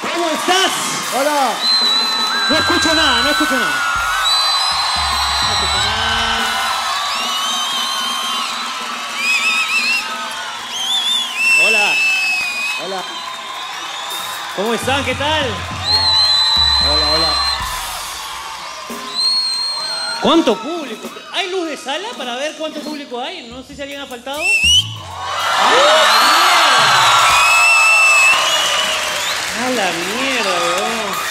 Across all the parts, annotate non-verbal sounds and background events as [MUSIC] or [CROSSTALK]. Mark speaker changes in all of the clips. Speaker 1: ¿Cómo estás?
Speaker 2: Hola.
Speaker 1: No escucho nada, no escucho nada. No escucho nada. Hola,
Speaker 2: Hola.
Speaker 1: ¿cómo están? ¿Qué tal?
Speaker 2: Hola, hola.
Speaker 1: ¿Cuánto público? ¿Hay luz de sala para ver cuánto público hay? No sé si alguien ha faltado. ¡Ah, ¡A la mierda, weón!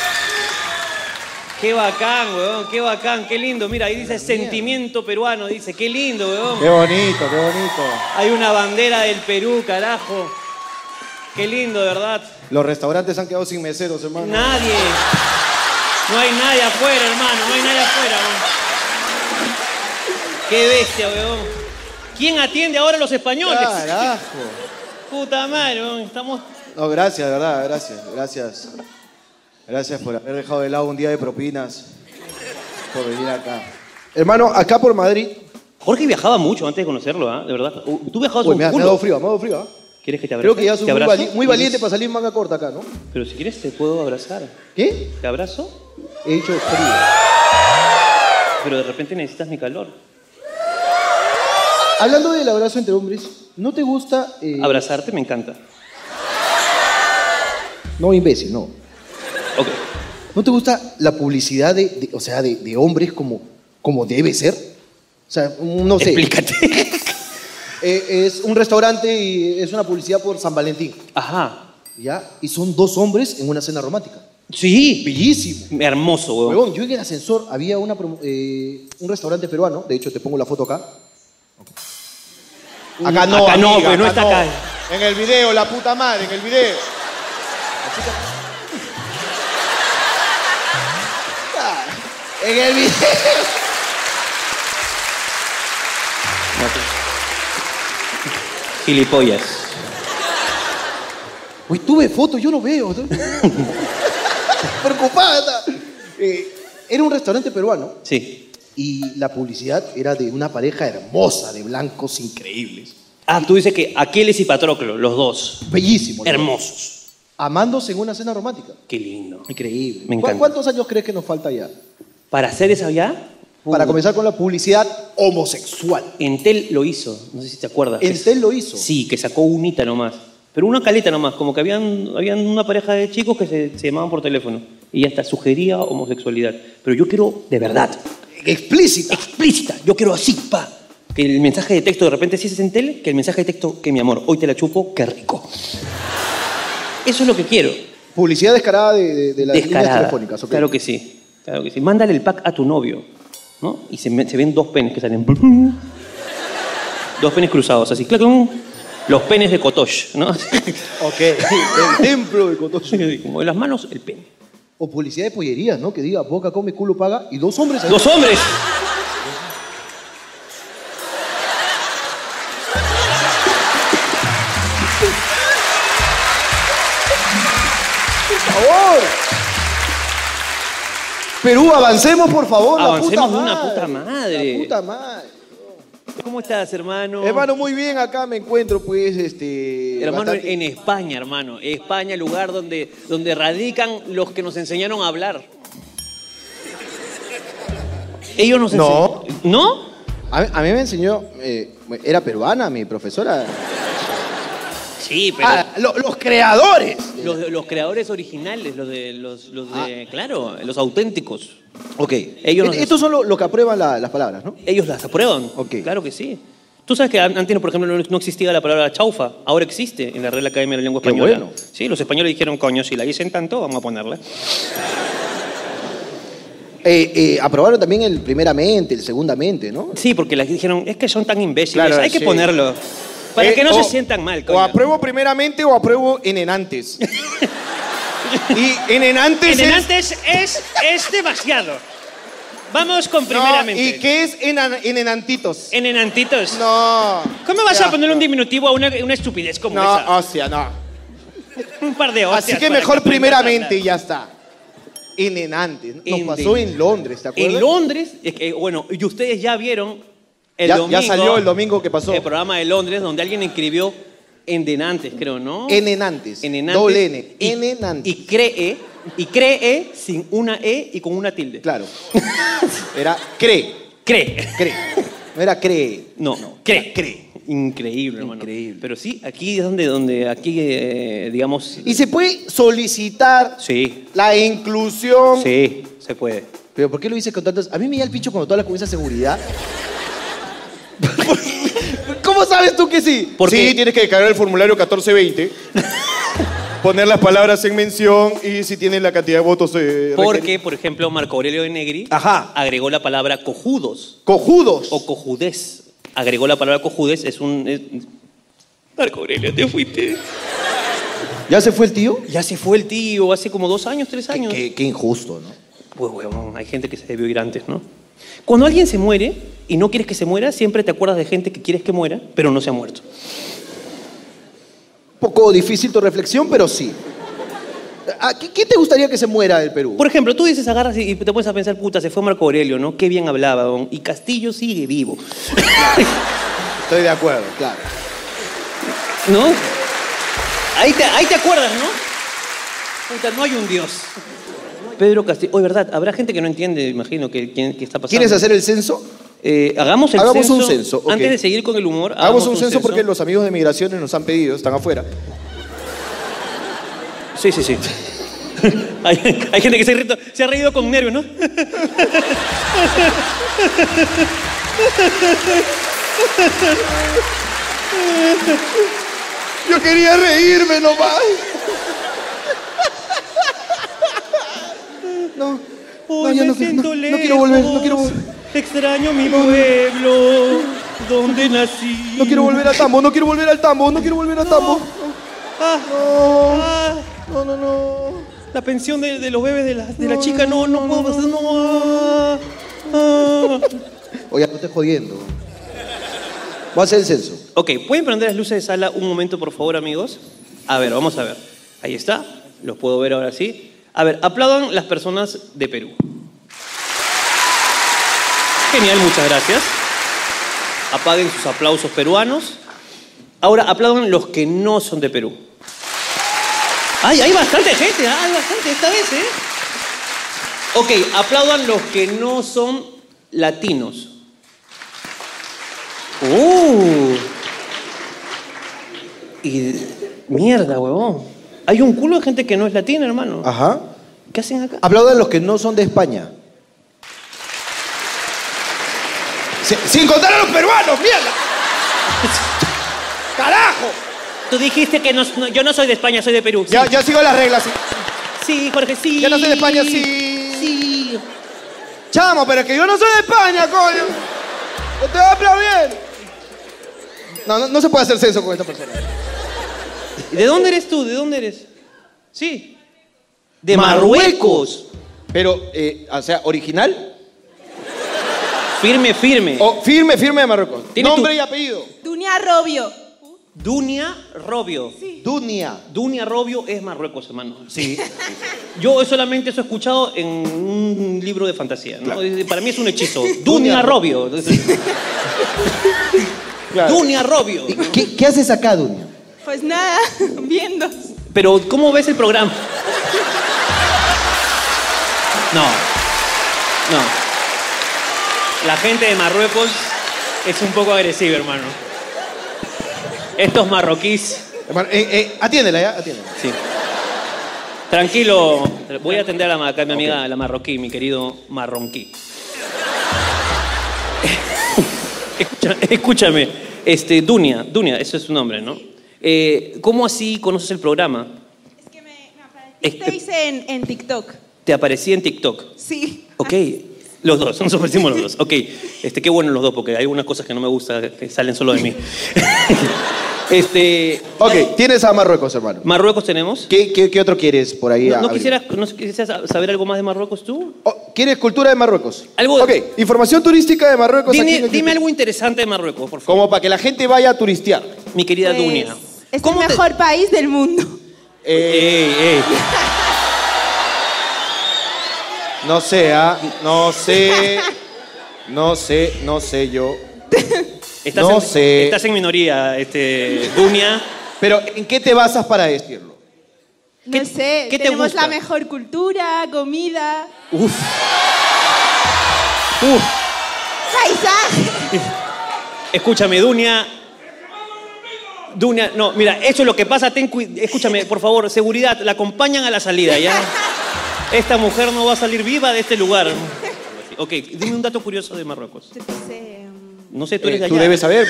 Speaker 1: Qué bacán, weón, qué bacán, qué lindo. Mira, ahí dice sentimiento peruano, dice, qué lindo, weón.
Speaker 2: Qué bonito, qué bonito.
Speaker 1: Hay una bandera del Perú, carajo. Qué lindo, de verdad.
Speaker 2: Los restaurantes han quedado sin meseros, hermano.
Speaker 1: Nadie. No hay nadie afuera, hermano. No hay nadie afuera. weón. Qué bestia, weón. ¿Quién atiende ahora a los españoles?
Speaker 2: Carajo.
Speaker 1: Puta madre, weón. Estamos...
Speaker 2: No, gracias, de verdad, gracias, gracias. Gracias por haber dejado de lado un día de propinas. Por venir acá. Hermano, acá por Madrid.
Speaker 1: Jorge viajaba mucho antes de conocerlo, ¿ah? De verdad. Uh, Tú viajabas
Speaker 2: Uy,
Speaker 1: un
Speaker 2: me ha, me ha
Speaker 1: culo.
Speaker 2: dado frío, me ha dado frío. ¿ah?
Speaker 1: ¿Quieres que te abrace?
Speaker 2: Creo que ya soy
Speaker 1: ¿Te
Speaker 2: muy,
Speaker 1: abrazo?
Speaker 2: vali- muy valiente para salir manga corta acá, ¿no?
Speaker 1: Pero si quieres te puedo abrazar.
Speaker 2: ¿Qué?
Speaker 1: ¿Te abrazo?
Speaker 2: He dicho frío.
Speaker 1: Pero de repente necesitas mi calor.
Speaker 2: Hablando del abrazo entre hombres, ¿no te gusta. eh,
Speaker 1: Abrazarte me encanta.
Speaker 2: No, imbécil, no.
Speaker 1: Ok.
Speaker 2: ¿No te gusta la publicidad de, de- o sea, de, de hombres como, como debe ser? O sea, no sé.
Speaker 1: Explícate.
Speaker 2: [LAUGHS] Eh, es un restaurante y es una publicidad por San Valentín,
Speaker 1: Ajá.
Speaker 2: ¿ya? Y son dos hombres en una cena romántica.
Speaker 1: Sí.
Speaker 2: Bellísimo.
Speaker 1: Hermoso, weón.
Speaker 2: Huevón, yo en el ascensor había una, promo- eh, un restaurante peruano, de hecho te pongo la foto acá. Acá no,
Speaker 1: Acá no,
Speaker 2: amiga,
Speaker 1: pues, no está acá.
Speaker 2: En el video, la puta madre, en el video. Ah, En el video.
Speaker 1: Gilipollas.
Speaker 2: Uy, tuve fotos, yo no veo.
Speaker 1: [LAUGHS]
Speaker 2: Preocupada. Eh, era un restaurante peruano
Speaker 1: Sí.
Speaker 2: y la publicidad era de una pareja hermosa de blancos increíbles.
Speaker 1: Ah, tú dices que Aquiles y Patroclo, los dos,
Speaker 2: Bellísimo. ¿no?
Speaker 1: hermosos.
Speaker 2: Amándose en una cena romántica.
Speaker 1: Qué lindo.
Speaker 2: Increíble.
Speaker 1: Me encanta.
Speaker 2: ¿Cuántos años crees que nos falta ya?
Speaker 1: Para hacer esa ya,
Speaker 2: Para comenzar con la publicidad homosexual.
Speaker 1: Entel lo hizo, no sé si te acuerdas. que-
Speaker 2: Entel lo hizo.
Speaker 1: Sí, que sacó unita nomás. Pero una caleta nomás, como que habían, habían una pareja de chicos que se, se llamaban por teléfono. Y hasta sugería homosexualidad. Pero yo quiero, de verdad,
Speaker 2: Explícita.
Speaker 1: explícita. Yo quiero así, pa. Que el mensaje de texto de repente sí es en tele, que el mensaje de texto, que mi amor, hoy te la chupo, qué rico. Eso es lo que quiero.
Speaker 2: Publicidad descarada de, de- de las líneas
Speaker 1: Descarada.
Speaker 2: telefónicas. ok.
Speaker 1: Claro que sí. Claro que sí. Mándale el pack a tu novio, ¿no? Y se, me- se ven dos penes que salen. blum, blum. Dos penes cruzados, así. clac, clac. Los penes de Kotosh, ¿no? [LAUGHS]
Speaker 2: Ok. [LAUGHS] El templo de Cotoche.
Speaker 1: Como de las manos, el pene.
Speaker 2: O publicidad de pollerías, ¿no? Que diga boca come, culo paga y dos hombres. ahí.
Speaker 1: ¡Dos hombres!
Speaker 2: ¡Por favor! Perú, avancemos, por favor.
Speaker 1: Avancemos de
Speaker 2: la
Speaker 1: una
Speaker 2: puta
Speaker 1: puta
Speaker 2: madre.
Speaker 1: madre.
Speaker 2: La puta madre.
Speaker 1: ¿Cómo estás, hermano?
Speaker 2: Hermano, muy bien, acá me encuentro, pues, este.
Speaker 1: Hermano,
Speaker 2: bastante-
Speaker 1: en España, hermano. España, lugar donde, donde radican los que nos enseñaron a hablar. Ellos nos
Speaker 2: No.
Speaker 1: enseñaron. ¿No?
Speaker 2: A, mí- a mí me enseñó. eh, era peruana mi profesora.
Speaker 1: Sí, pero.
Speaker 2: Ah, lo- los creadores.
Speaker 1: Los, de- los creadores originales, los de, los, los
Speaker 2: Ah.
Speaker 1: de claro, los auténticos.
Speaker 2: Ok.
Speaker 1: Ellos
Speaker 2: Est-
Speaker 1: nos-
Speaker 2: E, Estos son los que aprueban la- las palabras, ¿no?
Speaker 1: Ellos las aprueban.
Speaker 2: Ok.
Speaker 1: Claro que sí. Tú sabes que an- antes, por ejemplo, no- no existía la palabra chaufa. Ahora existe en la Real Academia de la Lengua
Speaker 2: Qué
Speaker 1: Española.
Speaker 2: bueno.
Speaker 1: Sí, los españoles dijeron, coño, si la dicen tanto, vamos a ponerla.
Speaker 2: Eh, eh, aprobaron también el primeramente, el segundamente, ¿no?
Speaker 1: Sí, porque las dijeron, es que son tan imbéciles,
Speaker 3: Claro,
Speaker 1: hay que
Speaker 3: sí.
Speaker 1: ponerlo. Para
Speaker 3: Eh,
Speaker 1: que no
Speaker 3: o-
Speaker 1: se sientan mal, coño.
Speaker 3: O apruebo primeramente o apruebo en
Speaker 1: [LAUGHS]
Speaker 3: enantes. y en enantes
Speaker 1: En
Speaker 3: es...
Speaker 1: el antes es, es demasiado. Vamos con
Speaker 3: No,
Speaker 1: primeramente.
Speaker 3: ¿Y qué es en, en enantitos?
Speaker 1: En enantitos.
Speaker 3: No.
Speaker 1: ¿Cómo vas
Speaker 3: Ya.
Speaker 1: a poner un diminutivo a una, una estupidez como esa?
Speaker 3: No, hostia, no.
Speaker 1: Un par de hostias
Speaker 3: Así que
Speaker 1: para
Speaker 3: mejor
Speaker 1: aprendas
Speaker 3: primeramente
Speaker 1: a
Speaker 3: y ya está. En enantes. Nos
Speaker 1: En
Speaker 3: pasó
Speaker 1: de-
Speaker 3: en Londres, ¿te
Speaker 1: hablar.
Speaker 3: acuerdas?
Speaker 1: En Londres, es que, bueno, y ustedes ya vieron el
Speaker 3: Ya- ya
Speaker 1: domingo. Eh,
Speaker 3: salió el domingo que pasó.
Speaker 1: El programa de Londres donde alguien escribió Endenantes, creo, ¿no?
Speaker 3: Enenantes.
Speaker 1: Enenantes.
Speaker 3: Doble N.
Speaker 1: Y-
Speaker 3: Enenantes.
Speaker 1: Y cree, E, y cree sin una E y con una tilde.
Speaker 3: Claro. Era cree,
Speaker 1: Cree.
Speaker 3: cree. No era cree.
Speaker 1: No, cree.
Speaker 3: cree.
Speaker 1: Increíble, hermano.
Speaker 3: Increíble.
Speaker 1: Pero sí, aquí es donde, donde aquí, eh, digamos...
Speaker 3: Y se puede solicitar
Speaker 1: Sí,
Speaker 3: la inclusión.
Speaker 1: sí, se puede.
Speaker 3: Pero ¿por qué lo dices con tantas? A mí me da el pincho cuando tú hablas con esa seguridad. [LAUGHS] ¿Cómo sabes tú que sí?
Speaker 1: ¿Por
Speaker 2: sí,
Speaker 1: qué?
Speaker 2: tienes que descargar el formulario 1420, poner las palabras en mención y si tienes la cantidad de votos. eh, requer-
Speaker 1: Porque, por ejemplo, Marco Aurelio de Negri
Speaker 3: Ajá.
Speaker 1: agregó la palabra cojudos
Speaker 3: Cojudos.
Speaker 1: o cojudez. Agregó la palabra cojudez, es un... es- Marco Aurelio, te fuiste.
Speaker 3: ¿Ya se fue el tío?
Speaker 1: Ya se fue el tío hace como dos años, tres años.
Speaker 3: Qué, qué injusto, ¿no?
Speaker 1: Pues huevón, hay gente que se debió ir antes, ¿no? Cuando alguien se muere y no quieres que se muera, siempre te acuerdas de gente que quieres que muera, pero no se ha muerto.
Speaker 3: Un poco difícil tu reflexión, pero sí. ¿A qué, qué te gustaría que se muera del Perú?
Speaker 1: Por ejemplo, tú dices, agarras y y te pones a pensar, puta, se fue Marco Aurelio, ¿no? Qué bien hablaba, huevón. Y Castillo sigue vivo,
Speaker 3: Estoy de acuerdo, claro.
Speaker 1: ¿no? Ahí te, ahí te acuerdas, ¿no? Puta, no hay un Dios. Pedro Castillo. Oye, verdad, habrá gente que no entiende, imagino, que, que, que está pasando.
Speaker 3: ¿Quieres hacer el censo?
Speaker 1: Eh, hagamos el
Speaker 2: Hagamos
Speaker 1: censo.
Speaker 2: un censo, ok.
Speaker 1: Antes de seguir con el humor,
Speaker 2: Hagamos un censo porque los amigos de migraciones nos han pedido, están afuera.
Speaker 1: Sí, sí, [LAUGHS] sí. hay, hay gente que se, ha reído- se ha reído con nervios, ¿no?
Speaker 2: Yo quería reírme nomás.
Speaker 3: No.
Speaker 1: Hoy
Speaker 3: no, ya
Speaker 1: me
Speaker 3: no, quiero-
Speaker 1: siento
Speaker 3: no- no
Speaker 1: lejos.
Speaker 3: quiero volver, no quiero volver.
Speaker 1: Extraño mi pueblo, donde nací.
Speaker 3: No quiero volver al tambo, no quiero volver al tambo, no quiero volver al tambo.
Speaker 1: Ah,
Speaker 3: No,
Speaker 1: ah,
Speaker 3: no, no, no.
Speaker 1: la pensión de, de los bebés de la, de la chica, no, no puedo pasar, no. ah, ah.
Speaker 3: Oye, no te jodiendo. Voy a hacer el censo.
Speaker 1: Ok, ¿pueden prender las luces de sala un momento, por favor, amigos? A ver, vamos a ver. Ahí está, los puedo ver ahora sí. A ver, aplaudan las personas de Perú. Genial, muchas gracias. Apaguen sus aplausos peruanos. Ahora aplaudan los que no son de Perú. ¡Ay, hay bastante gente! ah, ¡Hay bastante esta vez, eh! Ok, aplaudan los que no son latinos. ¡Uh! Y mierda, huevón. Hay un culo de gente que no es latina, hermano.
Speaker 2: Ah.
Speaker 3: Ajá.
Speaker 1: ¿Qué hacen acá?
Speaker 3: Aplaudan los que no son de España.
Speaker 2: Si- sin contar a los peruanos, mierda.
Speaker 1: [LAUGHS]
Speaker 2: ¡Carajo!
Speaker 1: Tú dijiste que no- no- yo no soy de España, soy de Perú.
Speaker 2: Ya, ya sigo las reglas. sí.
Speaker 1: Sí, Jorge, sí.
Speaker 2: Yo no soy de España, sí.
Speaker 1: Sí.
Speaker 2: Chamo, pero es que yo no soy de España, coño. Yo te voy a aplaudir.
Speaker 3: No, no, no se puede hacer censo con esta persona.
Speaker 1: ¿Y ¿De dónde eres tú? ¿De dónde eres? Sí. De
Speaker 3: Marruecos.
Speaker 1: Marruecos.
Speaker 2: Pero, eh, o sea, original.
Speaker 1: Firme, firme.
Speaker 2: O firme, firme de Marruecos.
Speaker 1: Tiene
Speaker 2: Nombre
Speaker 1: tu-
Speaker 2: y apellido.
Speaker 4: Dunia Robio.
Speaker 1: Dunia Robio.
Speaker 3: Dunia.
Speaker 1: Dunia Robio es Marruecos, hermano. Sí. [LAUGHS] Yo solamente eso he escuchado en un libro de fantasía. ¿no? Para mí es un hechizo. Dunia Robio.
Speaker 2: Claro.
Speaker 1: Dunia Robio.
Speaker 3: ¿Qué, qué haces acá, Dunia?
Speaker 4: Pues nada, [LAUGHS] viendo.
Speaker 1: Pero, ¿cómo ves el programa? No. No. La gente de Marruecos es un poco agresiva, hermano. Estos marroquíes.
Speaker 3: Hermano, eh, eh, atiéndela ya, atiéndela.
Speaker 1: Sí. Tranquilo, voy a atender a la, acá, mi amiga, la marroquí, mi querido marronquí. [LAUGHS] Escucha- escúchame, este, Dunia, Dunia, eso es su nombre, ¿no? Eh, ¿Cómo así conoces el programa?
Speaker 4: Es que me, me
Speaker 1: aparecisteis
Speaker 4: en, en TikTok.
Speaker 1: Te aparecí en TikTok.
Speaker 4: Sí.
Speaker 1: Ok, los dos, nos ofrecimos los dos. Ok, este, qué bueno los dos, porque hay algunas cosas que no me gustan que salen solo de mí. [LAUGHS] este,
Speaker 3: Ok, tienes a Marruecos, hermano.
Speaker 1: Marruecos tenemos.
Speaker 3: ¿Qué, qué, qué otro quieres por ahí?
Speaker 1: ¿No, no
Speaker 3: abrir?
Speaker 1: quisieras, ¿No quisieras saber algo más de Marruecos tú?
Speaker 3: Oh, ¿Quieres cultura de Marruecos?
Speaker 1: Algo-
Speaker 3: Ok, información turística de Marruecos. aquí
Speaker 1: Dime,
Speaker 3: en el
Speaker 1: dime
Speaker 3: YouTube.
Speaker 1: algo interesante de Marruecos, por favor.
Speaker 3: Como para que la gente vaya a turistear.
Speaker 1: Mi querida Dunia.
Speaker 4: Pues, es
Speaker 1: ¿Cómo te-
Speaker 4: el mejor país del mundo.
Speaker 1: Ey,
Speaker 2: Eh,
Speaker 1: ey.
Speaker 2: No sé, ah, no sé. No sé, no sé yo.
Speaker 1: Estás
Speaker 2: No
Speaker 1: en,
Speaker 2: sé.
Speaker 1: Estás en minoría, este, Dunia.
Speaker 2: Pero, ¿en qué te basas para decirlo?
Speaker 4: No sé,
Speaker 1: [LAUGHS] qué te
Speaker 4: tenemos
Speaker 1: gusta?
Speaker 4: la mejor cultura, comida,
Speaker 1: Uf. Uf.
Speaker 4: paisaje.
Speaker 1: Escúchame, Dunia. Dunia, no, mira, eso es lo que pasa. Ten cui- Escúchame, por favor, seguridad, la acompañan a la salida, ¿ya? Esta mujer no va a salir viva de este lugar. Ok, dime un dato curioso de Marruecos.
Speaker 4: Yo qué sé, mm,
Speaker 1: No sé, tú eres
Speaker 2: Eh,
Speaker 1: de
Speaker 2: tú
Speaker 1: allá.
Speaker 2: debes saber.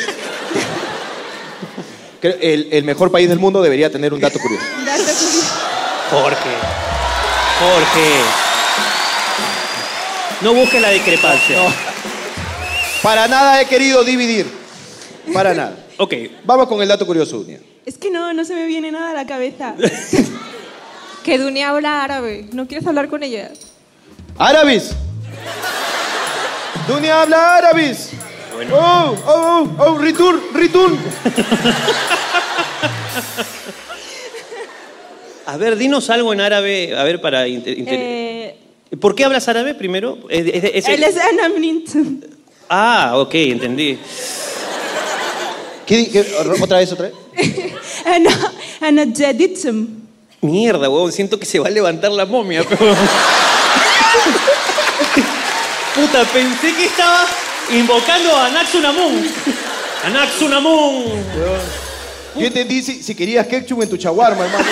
Speaker 2: Que El, el mejor país del mundo debería tener un dato curioso.
Speaker 4: dato curioso.
Speaker 1: Jorge. Jorge. No busques la discrepancia.
Speaker 2: Para nada he querido dividir. Para nada.
Speaker 1: Ok,
Speaker 2: Vamos con el dato curioso, Dunia.
Speaker 4: Es que no, no se me viene nada a la
Speaker 1: [LAUGHS]
Speaker 4: cabeza. que Dunia habla árabe. ¿No quieres hablar con ella?
Speaker 2: ¡Árabes! ¡Dunia habla árabes! ¡Oh, oh, oh, oh! ¡Return, return!
Speaker 1: a ver, dinos algo en árabe, a ver, para... inte- inte-
Speaker 4: Eh,
Speaker 1: ¿Por qué hablas árabe primero? Es- es- es-
Speaker 4: él es Anamnintum.
Speaker 1: Ah, ok, entendí.
Speaker 2: ¿Qué, di- qué- otra vez, otra vez?
Speaker 4: Ana- Anajaditum.
Speaker 1: Mierda, huevón, siento que se va a levantar la momia, pero... Puta, pensé que estaba invocando a Anaxunamun. Anaxunamun.
Speaker 2: Yo entendí si, si querías ketchup en tu chaguarma, hermano.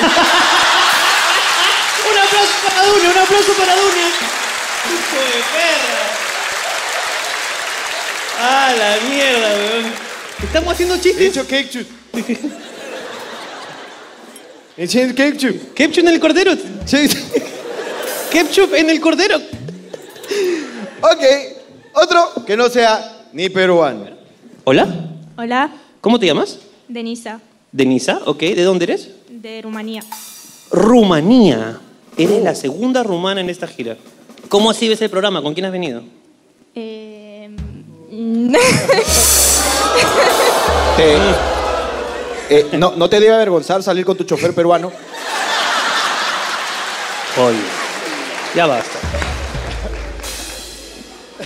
Speaker 1: Un aplauso para Dunia, un aplauso para Dunia. Hijo de perra. Ah, la mierda, weón. Estamos haciendo
Speaker 2: He
Speaker 1: chistes.
Speaker 2: hecho ketchup. [LAUGHS] He hecho el ketchup.
Speaker 1: Ketchup en el cordero. Ketchup en el cordero.
Speaker 2: Ok, otro que no sea ni peruano.
Speaker 1: Hola,
Speaker 5: Hola,
Speaker 1: ¿cómo te llamas?
Speaker 5: Denisa,
Speaker 1: Denisa, ok, ¿de dónde eres?
Speaker 5: de Rumanía.
Speaker 1: Rumanía. Eres la segunda rumana en esta gira. ¿Cómo así ves el programa? ¿Con quién has venido?
Speaker 5: [LAUGHS] Eh,
Speaker 2: Te- eh, no, no te debe avergonzar salir con tu chofer peruano.
Speaker 1: Oye, ya basta.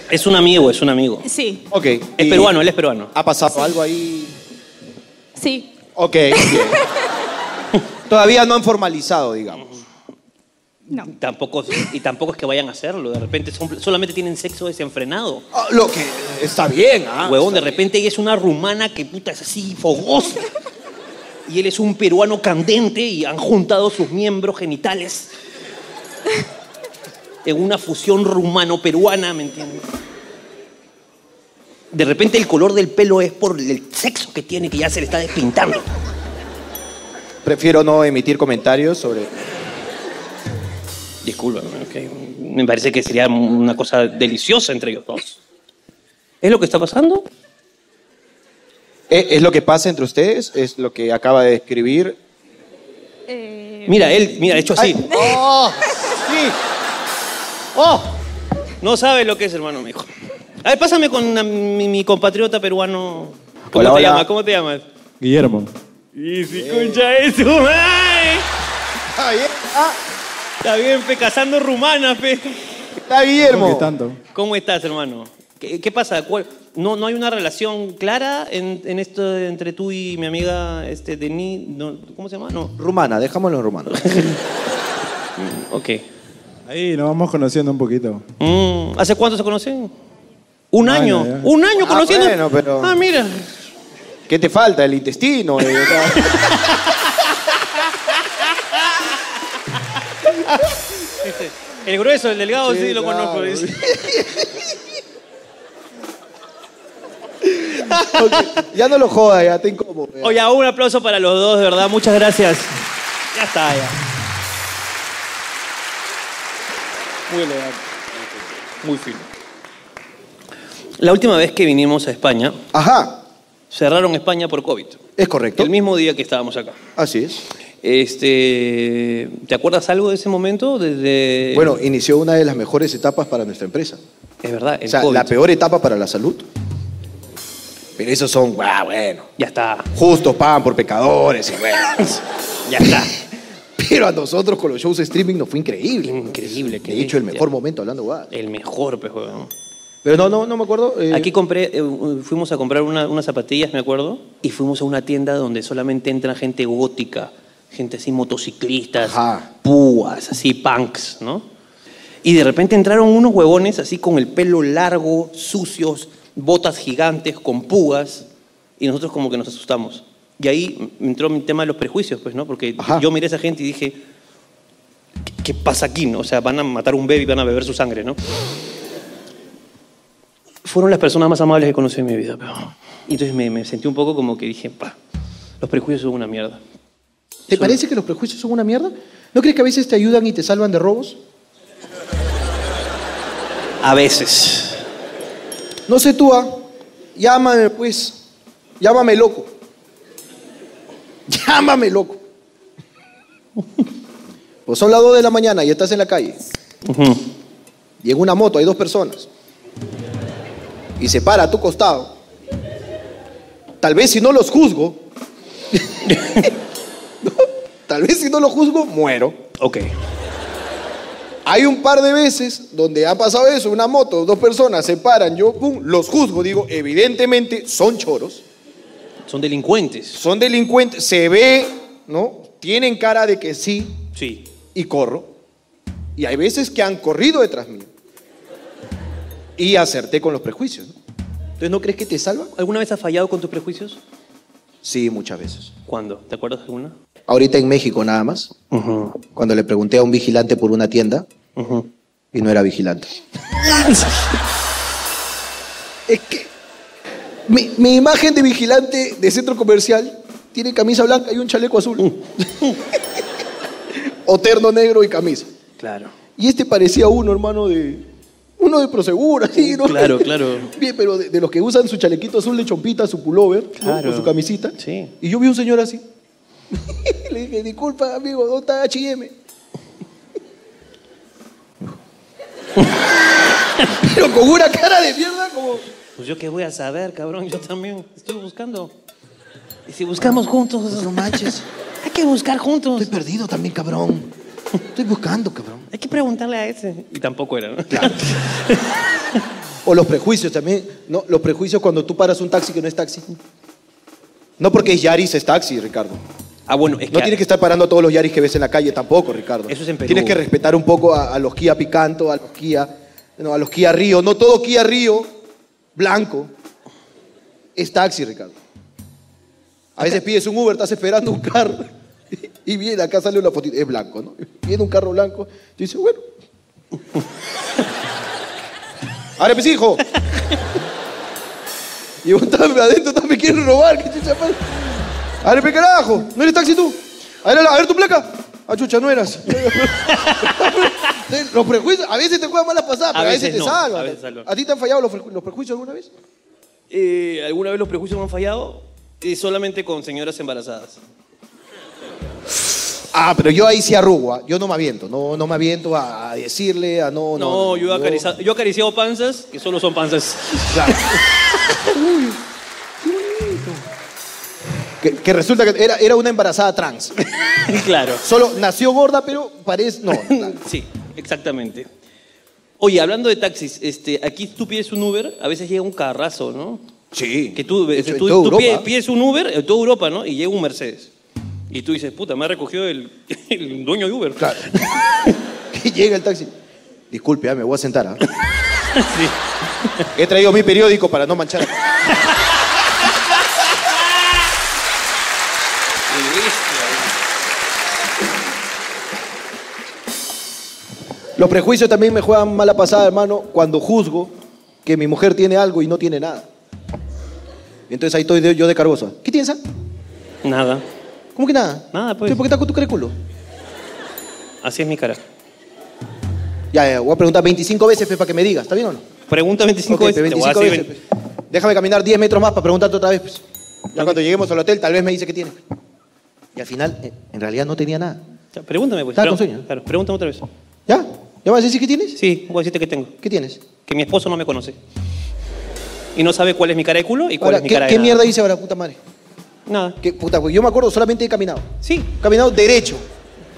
Speaker 1: Es un amigo, es un amigo.
Speaker 4: Sí,
Speaker 2: Ok.
Speaker 1: Es
Speaker 2: y-
Speaker 1: peruano, él es peruano.
Speaker 2: ¿Ha pasado algo ahí?
Speaker 4: sí.
Speaker 2: Ok. bien. [LAUGHS] Todavía no han formalizado, digamos.
Speaker 5: no,
Speaker 1: Tampoco, y tampoco es que vayan a hacerlo. De repente son- solamente tienen sexo desenfrenado.
Speaker 2: Ah, lo que está bien, ¿ah?
Speaker 1: Huevón, de repente ella es una rumana que puta es así fogosa. Y él es un peruano candente y han juntado sus miembros genitales en una fusión rumano-peruana, ¿me entiendes? De repente el color del pelo es por el sexo que tiene, que ya se le está despintando.
Speaker 2: Prefiero no emitir comentarios sobre.
Speaker 1: Disculpa, me parece que sería una cosa deliciosa entre ellos dos. ¿Es lo que está pasando?
Speaker 2: eh, ¿Es, es lo que pasa entre ustedes? ¿Es lo que acaba de describir?
Speaker 5: eh,
Speaker 1: Mira, él, mira, de hecho así.
Speaker 2: Ay, ¡Oh! ¡Sí! ¡Oh!
Speaker 1: No sabe lo que es, hermano, me dijo. A ver, pásame con una- mi, mi compatriota peruano. ¿Cómo
Speaker 2: Hola,
Speaker 1: te
Speaker 2: hola.
Speaker 1: llamas? ¿Cómo te llamas?
Speaker 6: Guillermo.
Speaker 1: Y si concha es humana.
Speaker 2: Está bien. Ah,
Speaker 1: Está bien, pe, cazando rumana, pe.
Speaker 2: está
Speaker 6: ¿Cómo
Speaker 2: Guillermo.
Speaker 6: que tanto?
Speaker 1: ¿Cómo estás, hermano? ¿Qué, qué pasa? ¿Cuál- no, ¿No hay una relación clara en, en esto de- entre tú y mi amiga este, Denis? no, ¿Cómo se llama? No.
Speaker 2: Rumana, dejámoslo en rumano.
Speaker 1: Ok.
Speaker 6: Ahí nos vamos conociendo un poquito.
Speaker 1: Mm, ¿Hace cuánto se conocen? Un
Speaker 6: Un
Speaker 1: año.
Speaker 6: año, ya.
Speaker 1: Un año
Speaker 2: Ah,
Speaker 1: conociendo.
Speaker 2: bueno, pero-
Speaker 1: Ah, mira.
Speaker 2: ¿Qué te falta? ¿El intestino? Eh, o sea, [LAUGHS]
Speaker 1: El grueso, el delgado, sí,
Speaker 2: Sí,
Speaker 1: lo
Speaker 2: claro.
Speaker 1: conozco. dice.
Speaker 2: ya no lo jodas, ya te incómodo. ya.
Speaker 1: Oye, un aplauso para los dos, de verdad. Muchas gracias. Ya está, ya. Muy elegante. Muy fino. La última vez que vinimos a España,
Speaker 2: Ajá,
Speaker 1: cerraron España por COVID.
Speaker 2: es correcto.
Speaker 1: El mismo día que estábamos acá.
Speaker 2: Así es.
Speaker 1: Este, ¿Te acuerdas algo de ese momento? Desde,
Speaker 2: Bueno, inició una de las mejores etapas para nuestra empresa.
Speaker 1: es verdad, el
Speaker 2: O sea,
Speaker 1: COVID.
Speaker 2: la peor etapa para la salud. Pero esos son, ah, bueno,
Speaker 1: Ya está,
Speaker 2: justos pagan por pecadores y bueno. [LAUGHS]
Speaker 1: ya está.
Speaker 2: Pero a nosotros con los shows de streaming nos fue increíble.
Speaker 1: Increíble,
Speaker 2: De hecho, el
Speaker 1: increíble.
Speaker 2: mejor momento hablando guadas.
Speaker 1: El mejor, pues, huevón.
Speaker 2: Pero no, no, no me acuerdo. eh,
Speaker 1: Aquí compré, eh, u- fuimos a comprar una- unas zapatillas, me acuerdo, y fuimos a una tienda donde solamente entra gente gótica, gente así motociclistas,
Speaker 2: Ajá.
Speaker 1: púas, así punks, ¿no? Y de repente entraron unos huevones así con el pelo largo, sucios, botas gigantes, con púas, y nosotros como que nos asustamos. Y ahí m- entró mi tema de los prejuicios, pues, ¿no? Porque
Speaker 2: Ajá.
Speaker 1: yo miré a esa gente y dije, ¿qué, qué pasa aquí? no? O sea, van a matar a un bebé y van a beber su sangre, ¿no? fueron las personas más amables que conocí en mi vida. pero- Y entonces me, me sentí un poco como que dije, pa, los prejuicios son una mierda.
Speaker 2: ¿Te parece que los prejuicios son una mierda? ¿No crees que a veces te ayudan y te salvan de robos?
Speaker 1: A veces.
Speaker 2: No sé tú, ah. Llámame, pues. Llámame loco. [LAUGHS] Llámame loco. Pues son las 2 de la mañana y estás en la calle.
Speaker 1: Ujú.
Speaker 2: Y en una moto hay dos personas. Y se para a tu costado. Tal vez si no los juzgo. [LAUGHS] Tal vez si no los juzgo, muero.
Speaker 1: Ok.
Speaker 2: Hay un par de veces donde ha pasado eso, una moto, dos personas se paran, yo pum, los juzgo, digo, evidentemente son choros,
Speaker 1: Son delincuentes.
Speaker 2: son delincuentes, se ve, ¿no? Tienen cara de que sí
Speaker 1: Sí.
Speaker 2: y corro. Y hay veces que han corrido detrás mío. Y acerté con los prejuicios. ¿no? Entonces, ¿no crees que te salva?
Speaker 1: ¿Alguna vez has fallado con tus prejuicios?
Speaker 2: Sí, muchas veces.
Speaker 1: ¿Cuándo? ¿Te acuerdas de alguna?
Speaker 2: Ahorita en México nada más,
Speaker 1: Ujú,
Speaker 2: cuando le pregunté a un vigilante por una tienda
Speaker 1: ujú.
Speaker 2: y no era vigilante. [LAUGHS] Es que mi, mi imagen de vigilante de centro comercial tiene camisa blanca y un chaleco azul. [LAUGHS] o terno negro y camisa.
Speaker 1: Claro.
Speaker 2: Y este parecía uno, hermano, de. Uno de Prosegura, [LAUGHS] sí, ¿no?
Speaker 1: Claro, claro.
Speaker 2: Bien, pero de, de los que usan su chalequito azul de chompita, su pullover, ¿no?
Speaker 1: Claro.
Speaker 2: con su camisita.
Speaker 1: Sí.
Speaker 2: Y yo vi un señor así. [LAUGHS] Le dije, disculpa, amigo, ¿dónde está HM? [LAUGHS] pero con una cara de mierda, como.
Speaker 1: Pues yo qué voy a saber, cabrón. Yo también estoy buscando. Y si buscamos juntos.
Speaker 2: No manches.
Speaker 1: [LAUGHS] Hay que buscar juntos.
Speaker 2: Estoy perdido también, cabrón. Estoy
Speaker 1: [LAUGHS]
Speaker 2: buscando, cabrón.
Speaker 1: Hay que preguntarle a ese. Y tampoco era, ¿no?
Speaker 2: O los prejuicios también. No, los prejuicios cuando tú paras un taxi que no es taxi. No porque es Yaris es taxi, Ricardo.
Speaker 1: Ah, bueno, es
Speaker 2: No
Speaker 1: que.
Speaker 2: tienes que estar parando a todos los Yaris que ves en la calle tampoco, Ricardo.
Speaker 1: Eso es en Perú.
Speaker 2: Tienes que respetar un poco a, a los Kia Picanto, a los Kia, no, a los Kia Río. No todo Kia Río blanco es taxi, Ricardo. A veces pides un Uber, estás esperando un carro [LAUGHS] y viene acá sale una fotito, es blanco, ¿no? Viene un carro blanco, y dices, bueno. Ahora pues hijo. Y vos estás adentro, estás, me quieres robar, que chucha madre. A ver, pe carajo, ¿no eres taxi tú? A ver, a ver tu placa. Ah, chucha, no eras. [LAUGHS] los prejuicios, a veces te juegan malas pasadas,
Speaker 1: A
Speaker 2: pero a veces,
Speaker 1: veces
Speaker 2: te
Speaker 1: no,
Speaker 2: salvan.
Speaker 1: a veces salvan.
Speaker 2: ¿A ti te han fallado los, preju- los prejuicios alguna vez?
Speaker 1: Eh, ¿Alguna vez los prejuicios me han fallado? Eh, solamente con señoras embarazadas.
Speaker 2: Ah, pero yo ahí sí arrugo, ¿ah? yo no me aviento, no, no me aviento a, a decirle, a no, no.
Speaker 1: No, yo, he acariciado, yo he acariciado panzas que solo son [LAUGHS] panzas.
Speaker 2: Claro. Uy, qué bonito. Que, que resulta que era, era una embarazada trans.
Speaker 1: claro.
Speaker 2: Solo nació gorda, pero parece. [LAUGHS] No. claro.
Speaker 1: [LAUGHS] Sí, exactamente. Oye, hablando de taxis, este, aquí tú pides un Uber, a veces llega un carrazo, ¿no?
Speaker 2: Sí.
Speaker 1: Que tú,
Speaker 2: En-
Speaker 1: este,
Speaker 2: en
Speaker 1: tú-
Speaker 2: toda
Speaker 1: tú
Speaker 2: Europa.
Speaker 1: pides, pides un Uber en toda Europa, ¿no? Y llega un Mercedes. Y tú dices, puta, me ha recogido el, [LAUGHS] el dueño de Uber.
Speaker 2: [LAUGHS] Claro. Que llega el taxi. Disculpe, ah, me voy a sentar. [LAUGHS] ah. He traído mi periódico para no manchar. Los prejuicios también me juegan mala pasada, hermano, cuando juzgo que mi mujer tiene algo y no tiene nada. Entonces ahí estoy de- yo de cargosa. ¿Qué tienes? ah?
Speaker 1: Nada.
Speaker 2: ¿Cómo que nada?
Speaker 1: Nada, pues.
Speaker 2: ¿Por qué estás con tu cálculo?
Speaker 1: Así es mi cara.
Speaker 2: Ya, ya, voy a preguntar 25 veces pues, para que me digas, ¿está bien o no?
Speaker 1: Pregunta 25
Speaker 2: Ok,
Speaker 1: veces.
Speaker 2: pues,
Speaker 1: te voy a
Speaker 2: 25
Speaker 1: decir
Speaker 2: veces. pues. Déjame caminar 10 metros más para preguntarte otra vez. pues. Ya
Speaker 1: Ok.
Speaker 2: cuando lleguemos al hotel, tal vez me dice que tiene. Y al final, eh, en realidad no tenía nada.
Speaker 1: Ya, Pregúntame, pues.
Speaker 2: Estaba con
Speaker 1: Pre-
Speaker 2: sueño.
Speaker 1: Claro, pregúntame otra vez.
Speaker 2: ¿Ya? ¿Ya vas a decir que tienes?
Speaker 1: Sí, voy a decirte que tengo.
Speaker 2: ¿Qué tienes?
Speaker 1: Que mi esposo no me conoce. Y no sabe cuál es mi cara de culo y cuál
Speaker 2: Ahora,
Speaker 1: es mi
Speaker 2: ¿qué,
Speaker 1: cara de
Speaker 2: qué
Speaker 1: nada.
Speaker 2: mierda hice ahora, puta madre? pues,
Speaker 1: Nada.
Speaker 2: ¿Qué puta, güey? Yo me acuerdo, solamente he caminado.
Speaker 1: Sí.
Speaker 2: He caminado derecho.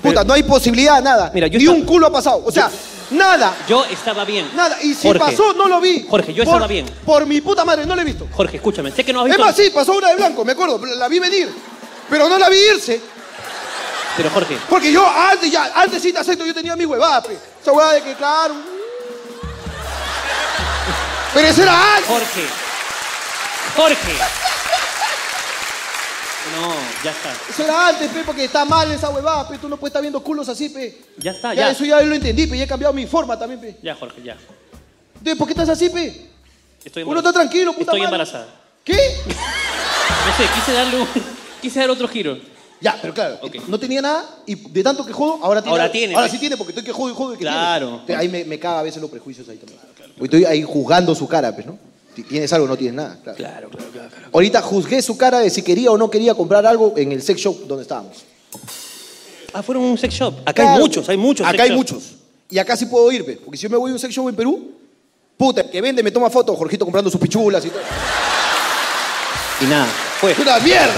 Speaker 2: Puta, no hay posibilidad, nada.
Speaker 1: Mira, yo
Speaker 2: Ni
Speaker 1: estaba-
Speaker 2: un culo ha pasado. O sea, nada.
Speaker 1: Yo estaba bien.
Speaker 2: Nada. Y si
Speaker 1: Jorge,
Speaker 2: pasó, no lo vi.
Speaker 1: Jorge, yo
Speaker 2: Por-
Speaker 1: estaba bien.
Speaker 2: Por mi puta madre, no lo he visto.
Speaker 1: Jorge, escúchame. Sé que no has
Speaker 2: Es
Speaker 1: visto.
Speaker 2: más, sí, pasó una de blanco, me acuerdo. La vi venir. Pero no la vi irse.
Speaker 1: Pero Jorge,
Speaker 2: Porque yo antes, ya, antes sí te acepto, yo tenía mi huevada, pe. Esa huevada de que, claro. Pero ese era antes.
Speaker 1: Jorge. Jorge. No, ya está.
Speaker 2: Eso era antes, pe, porque está mal esa huevada, pe. Tú no puedes estar viendo culos así, pe.
Speaker 1: Ya está,
Speaker 2: Ya,
Speaker 1: Ah, ya.
Speaker 2: eso ya lo entendí, pe. Ya he cambiado mi forma también, pe.
Speaker 1: Ya, Jorge, ya.
Speaker 2: Entonces, ¿por qué estás así, pe?
Speaker 1: Estoy
Speaker 2: Uno está tranquilo, puta
Speaker 1: Estoy
Speaker 2: madre.
Speaker 1: embarazada.
Speaker 2: ¿Qué?
Speaker 1: No sé, quise darle un... [LAUGHS] Quise dar otro giro.
Speaker 2: Ya, pero claro,
Speaker 1: Ok.
Speaker 2: no tenía nada y de tanto que jodo, ahora tiene.
Speaker 1: Ahora
Speaker 2: algo.
Speaker 1: tiene,
Speaker 2: Ahora
Speaker 1: pe.
Speaker 2: sí tiene porque estoy que jodo y jodo y que
Speaker 1: Claro.
Speaker 2: tiene. Entonces, Ahí me, me caga a veces los prejuicios ahí también. Porque Estoy ahí juzgando su cara, pues, ¿no? Ti- Tienes algo, no tienes nada. Claro.
Speaker 1: Claro, claro, claro.
Speaker 2: Ahorita juzgué su cara de si quería o no quería comprar algo en el sex shop donde estábamos.
Speaker 1: Ah, fueron a un sex shop. Acá hay
Speaker 2: Claro.
Speaker 1: muchos, hay muchos.
Speaker 2: Acá
Speaker 1: sex
Speaker 2: hay
Speaker 1: shop.
Speaker 2: muchos. Y acá sí puedo ir, pe, porque si yo me voy a un sex shop en Perú, puta, el que vende me toma fotos, Jorgito comprando sus pichulas y todo.
Speaker 1: Y nada, fue.
Speaker 2: ¡Una mierda!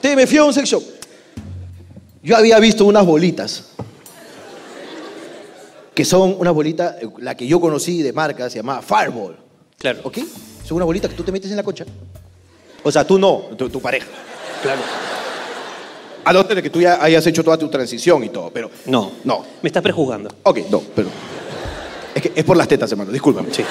Speaker 2: Te me fui a un sex shop. Yo había visto unas bolitas. Que son unas bolitas, eh, la que yo conocí de marca se llamaba Fireball.
Speaker 1: Claro.
Speaker 2: ¿Ok? Son unas bolitas que tú te metes en la concha. O sea, tú no, tu, tu pareja. Claro.
Speaker 3: A no ser que tú ya hayas hecho toda tu transición y todo, pero.
Speaker 1: No.
Speaker 3: No.
Speaker 1: Me estás prejuzgando.
Speaker 3: Ok, no, pero. Es que es por las tetas, hermano, discúlpame.
Speaker 1: Sí.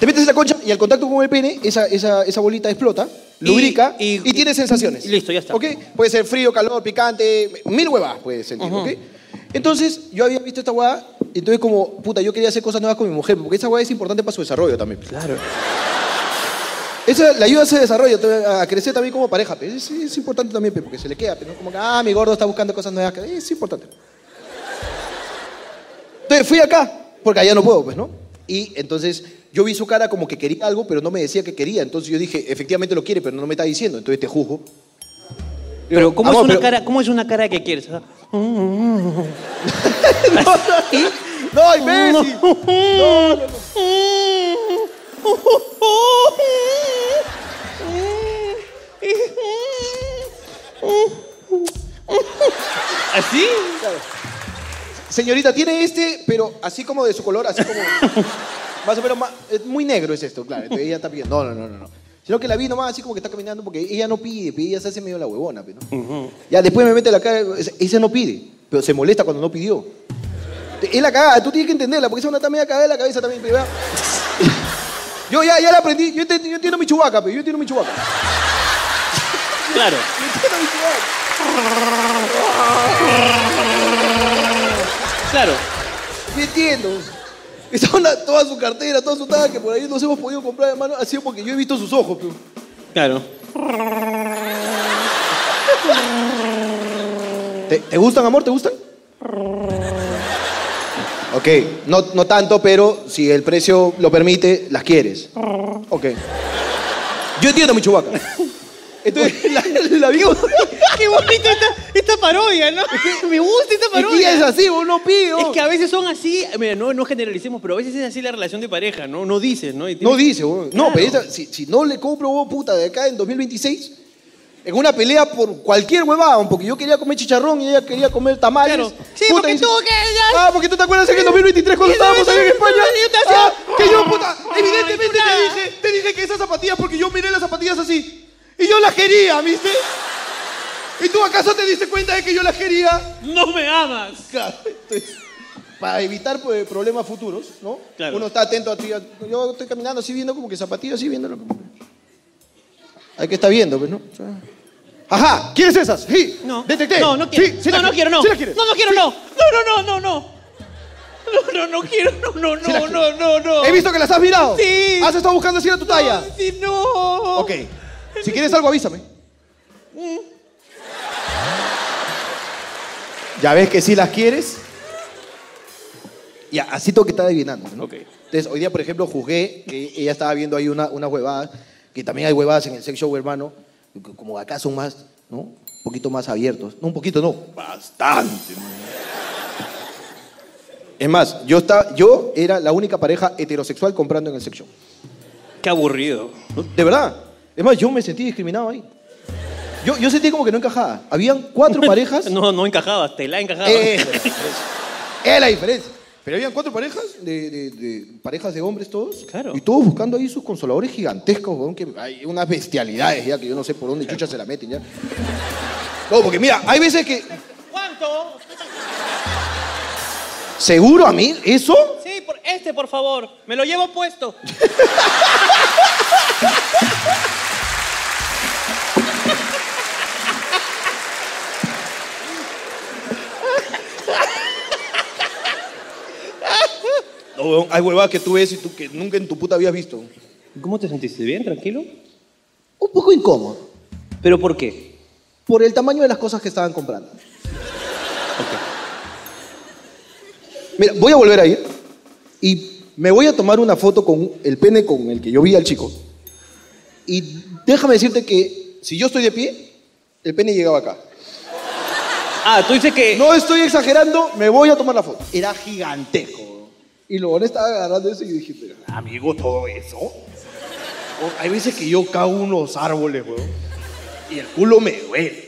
Speaker 2: Te metes en la concha y al contacto con el pene, esa, esa, esa bolita explota,
Speaker 1: Y-
Speaker 2: lubrica y,
Speaker 1: y-
Speaker 2: tiene sensaciones.
Speaker 1: y listo, ya está.
Speaker 2: ¿Ok? Puede ser frío, calor, picante, mil huevas puedes sentir, ¿ok? Entonces, yo había visto esta hueá, entonces como, puta, yo quería hacer cosas nuevas con mi mujer, porque esa hueá es importante para su desarrollo también.
Speaker 1: Claro.
Speaker 2: Esa le ayuda a ese desarrollo, a a crecer también como pareja, pe. Es, es importante también, pe, porque se le queda, pe, ¿no? Como que, ah, mi gordo está buscando cosas nuevas, que- es importante. Entonces fui acá, porque allá no puedo, pues, ¿no? Y entonces yo vi su cara como que quería algo, pero no me decía que quería. Entonces yo dije, efectivamente lo quiere, pero no me está diciendo, entonces te juzgo.
Speaker 1: Pero ¿cómo,
Speaker 2: amor,
Speaker 1: es una
Speaker 2: pero-
Speaker 1: Cara, ¿cómo es una cara que quieres? ah?
Speaker 2: no, no, [LAUGHS] no,
Speaker 1: ¿Ah,
Speaker 2: imbécil.
Speaker 1: ¿Así?
Speaker 2: Señorita, tiene este, pero así como de su color, así [LAUGHS] como. más o menos. más- es muy negro es esto, claro. Entonces ella está pidiendo. No, no, no, no. no. Sino que la vi nomás así como que está caminando porque ella no pide, pe, ella se hace medio la huevona, pe, ¿no? Ya después me mete la cara. esa- Ella no pide, pero se molesta cuando no pidió. Es la cagada, tú tienes que entenderla porque esa una está media cagada de la cabeza también, pe, [LAUGHS] ¿verdad? Yo ya, ya la aprendí. Yo, enten- yo entiendo mi chubaca, pero yo entiendo mi chubaca.
Speaker 1: Claro.
Speaker 2: Yo entiendo mi chubaca.
Speaker 1: Claro.
Speaker 2: Yo entiendo. Esa onda, toda su cartera, toda su taca que por ahí nos hemos podido comprar, hermano, ha sido porque yo he visto sus ojos, pe.
Speaker 1: Claro.
Speaker 2: ¿Te, te gustan, amor? ¿Te gustan? Ok, no, no tanto, pero si el precio lo permite, las quieres. Ok. Yo entiendo
Speaker 1: [LAUGHS]
Speaker 2: mi chubaca. Entonces, la, la vi como-
Speaker 1: Qué bonita esta, esta parodia, ¿no? Me gusta esta
Speaker 2: Es que
Speaker 1: parodia.
Speaker 2: ella es así, uno pide.
Speaker 1: Es
Speaker 2: oh.
Speaker 1: que a veces son así, mira, no, no generalicemos, pero a veces es así la relación de pareja, ¿no? No dices, ¿no? Y
Speaker 2: No
Speaker 1: tienes-
Speaker 2: dice, weón. No, pero esa- si, si no le compro, weón, puta, de acá en 2026, en una pelea por cualquier huevada, porque yo quería comer chicharrón y ella quería comer tamales.
Speaker 1: Claro. Sí, porque
Speaker 2: dice,
Speaker 1: tú que ya-
Speaker 2: Ah, porque tú te acuerdas que en 2023 cuando
Speaker 1: Sí,
Speaker 2: estábamos ahí en
Speaker 1: 2023
Speaker 2: España,
Speaker 1: yo te hacía-
Speaker 2: ah, que yo, puta, evidentemente
Speaker 1: chulada.
Speaker 2: te dije, te dije que esas zapatillas, porque yo miré las zapatillas así, y yo las quería, ¿viste? ¿Y tú acaso te diste cuenta de que yo las quería?
Speaker 1: No me amas.
Speaker 2: Claro, entonces, para evitar pues, problemas futuros, ¿no?
Speaker 1: Claro.
Speaker 2: Uno está atento a ti. a- Yo estoy caminando así viendo como que zapatillas, así viendo lo que. Hay que estar viendo, pues, ¿no? O sea, Ajá, ¿quieres esas? Sí,
Speaker 1: No.
Speaker 2: detecté.
Speaker 1: No, no quiero.
Speaker 2: Sí, sí
Speaker 1: no,
Speaker 2: las
Speaker 1: no quiero, no.
Speaker 2: Sí las quieres.
Speaker 1: No, no quiero, no. No, no, no, no, no. No, no, no quiero, no, no,
Speaker 2: Sí las
Speaker 1: no, no,
Speaker 2: quiero.
Speaker 1: no, no.
Speaker 2: He visto que las has mirado.
Speaker 1: Sí.
Speaker 2: Has estado buscando así a tu talla.
Speaker 1: Sí, no.
Speaker 2: Ok. Si quieres algo, avísame.
Speaker 3: Ya ves que sí las quieres.
Speaker 2: Ya, así tengo que estar adivinando, ¿no?
Speaker 1: Ok.
Speaker 2: Entonces, hoy día, por ejemplo, juzgué que ella estaba viendo ahí una, una huevada, que también hay huevadas en el sex show, hermano, que como acá son más, ¿no? Un poquito más abiertos. No, un poquito, no.
Speaker 3: Bastante.
Speaker 2: Es más, yo, estaba, yo era la única pareja heterosexual comprando en el sex show.
Speaker 1: qué aburrido.
Speaker 2: No, De verdad. Es más, yo me sentí discriminado ahí. Yo, yo sentí como que no encajaba. Habían [LAUGHS] cuatro parejas.
Speaker 1: No, no encajabas, te la encajabas.
Speaker 2: Eh, es la diferencia. Es la diferencia. Pero habían cuatro parejas, de, de- de- parejas de hombres todos.
Speaker 1: Claro.
Speaker 2: Y todos buscando ahí sus consoladores gigantescos, weón, que hay unas bestialidades ya que yo no sé por dónde chucha se la meten ya. No, porque mira, hay veces que.
Speaker 1: ¿Cuánto?
Speaker 2: Seguro a mí, eso.
Speaker 1: Sí, por este, por favor. Me lo llevo puesto.
Speaker 2: No, weón, hay huevadas que tú ves y tú que nunca en tu puta habías visto.
Speaker 1: ¿Cómo te sentiste? ¿Bien? ¿Tranquilo?
Speaker 2: Un poco incómodo.
Speaker 1: ¿Pero por qué?
Speaker 2: por el tamaño de las cosas que estaban comprando. Mira, voy a volver a ir y me voy a tomar una foto con el pene con el que yo vi al chico. Y déjame decirte que si yo estoy de pie, el pene llegaba acá.
Speaker 1: Ah, tú dices que.
Speaker 2: No estoy exagerando, me voy a tomar la foto. Era gigantesco. Y lo estaba agarrando eso y dije, pero, amigo, todo eso. O- Hay veces que yo cago unos árboles, weón. Y el culo me duele.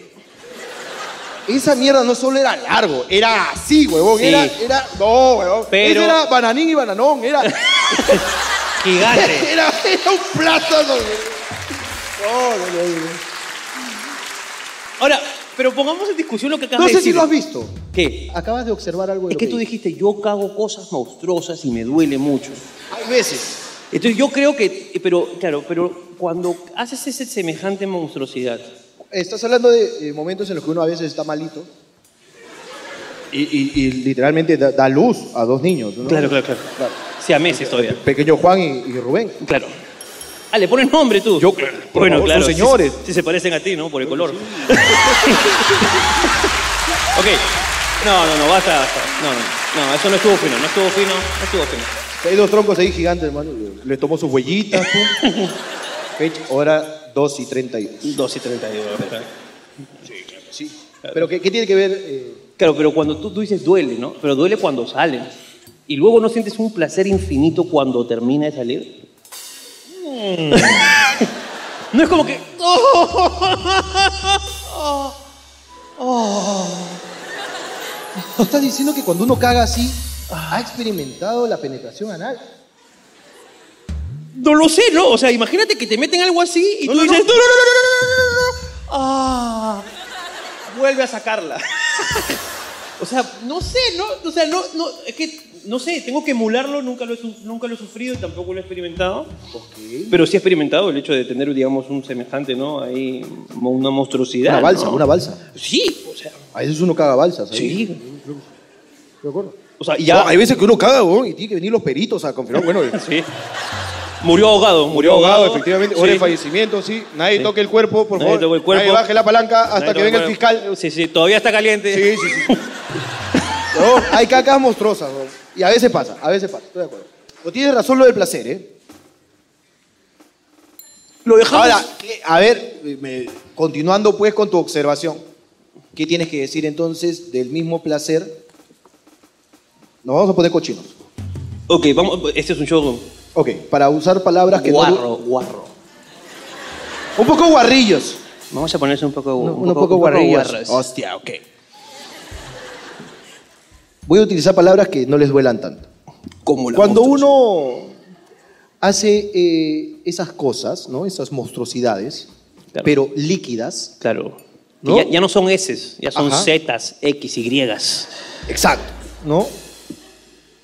Speaker 2: Esa mierda no solo era largo, era así, huevón.
Speaker 1: Sí.
Speaker 2: Era, era, no, huevón.
Speaker 1: Pero-
Speaker 2: Ese era bananín y bananón. Era, [LAUGHS]
Speaker 1: Gigante.
Speaker 2: era, era un plátano. huevón. No, no, no, no.
Speaker 1: Ahora, pero pongamos en discusión lo que acabas
Speaker 2: No
Speaker 1: de
Speaker 2: sé si
Speaker 1: decir.
Speaker 2: lo has visto.
Speaker 1: ¿Qué?
Speaker 2: Acabas de observar algo. de
Speaker 1: Es
Speaker 2: lo
Speaker 1: que tú
Speaker 2: dije.
Speaker 1: dijiste, yo cago cosas monstruosas y me duele mucho.
Speaker 2: Hay veces.
Speaker 1: Entonces yo creo que, pero claro, pero cuando haces ese semejante monstruosidad,
Speaker 2: Estás hablando de eh, momentos en los que uno a veces está malito. Y, y- y literalmente da, da luz a dos niños. ¿no?
Speaker 1: Claro, claro, claro.
Speaker 2: Claro.
Speaker 1: sí, a meses todavía,
Speaker 2: Pequeño Juan y, y Rubén.
Speaker 1: claro. Ah, le pones nombre tú.
Speaker 2: Yo, claro, por
Speaker 1: Bueno,
Speaker 2: favor,
Speaker 1: claro.
Speaker 2: son
Speaker 1: sí-
Speaker 2: señores.
Speaker 1: Sí, se parecen a ti, ¿no? Por el color. [LAUGHS] ok. No, no, no, basta, basta. No, no, no, eso no estuvo fino, no estuvo fino, no estuvo fino.
Speaker 2: Hay dos troncos ahí gigantes, hermano. Le tomó sus huellitas. pum. Fecha, hora 2 y 32.
Speaker 1: 2 y 32. ¿verdad?
Speaker 2: Pero ¿qué, qué tiene que ver? eh,
Speaker 1: Claro, pero cuando tú, tú dices duele, ¿no? Pero duele cuando salen. Y luego no sientes un placer infinito cuando termina de salir. [LAUGHS] no es como que.
Speaker 2: ¿Tú estás diciendo que cuando uno caga así, ha experimentado la penetración anal?
Speaker 1: No lo sé, ¿no? O sea, imagínate que te meten algo así y tú dices. "No, no, no, no, no, no, no, no". Ah, vuelve a sacarla. [LAUGHS] o sea, no sé, ¿no? O sea, no, no, es que. No sé, tengo que emularlo, nunca lo he, su- nunca lo he sufrido y tampoco lo he experimentado. Pero sí he experimentado el hecho de tener, digamos, un semejante, ¿no? Ahí, mo- una monstruosidad.
Speaker 2: Una balsa,
Speaker 1: ¿no?
Speaker 2: una balsa.
Speaker 1: Sí, o sea,
Speaker 2: A veces uno caga balsas. ahí.
Speaker 1: sí.
Speaker 2: Me acuerdo.
Speaker 1: O sea, y ya.
Speaker 2: No, hay veces que uno caga, weón, y tiene que venir los peritos a confirmar. Bueno,
Speaker 1: sí. Murió ahogado,
Speaker 2: Murió
Speaker 1: murió
Speaker 2: ahogado, efectivamente. Hora de
Speaker 1: Sí.
Speaker 2: fallecimiento, sí. Nadie toque el cuerpo, por
Speaker 1: Nadie
Speaker 2: favor.
Speaker 1: toque el cuerpo.
Speaker 2: Nadie baje la palanca hasta
Speaker 1: Nadie
Speaker 2: que
Speaker 1: tocó
Speaker 2: venga el
Speaker 1: el-
Speaker 2: fiscal.
Speaker 1: Sí, sí, todavía está caliente.
Speaker 2: Sí, sí, sí. No, hay cacas monstruosas, ¿no? Y a veces pasa, a veces pasa, estoy de acuerdo. No tienes razón lo del placer, ¿eh?
Speaker 1: Lo dejamos.
Speaker 2: Ahora, ¿qué- a ver, eh, me- continuando pues con tu observación, ¿qué tienes que decir entonces del mismo placer? Nos vamos a poner cochinos.
Speaker 1: Ok, vamos. Este es un show.
Speaker 2: Ok, para usar palabras que no-
Speaker 1: Guarro, guarro.
Speaker 2: Un poco guarrillos.
Speaker 1: Vamos a ponerse un poco.
Speaker 2: No, un poco guarrillas.
Speaker 1: Hostia, ok.
Speaker 2: Voy a utilizar palabras que no les duelan tanto.
Speaker 1: Como la
Speaker 2: Cuando
Speaker 1: monstruosidad.
Speaker 2: uno hace eh, esas cosas, ¿no? Esas monstruosidades,
Speaker 1: Claro.
Speaker 2: pero líquidas.
Speaker 1: Claro.
Speaker 2: ¿No?
Speaker 1: Ya, ya no son S, ya son
Speaker 2: Ajá.
Speaker 1: Zetas, X, Y.
Speaker 2: Exacto. ¿No?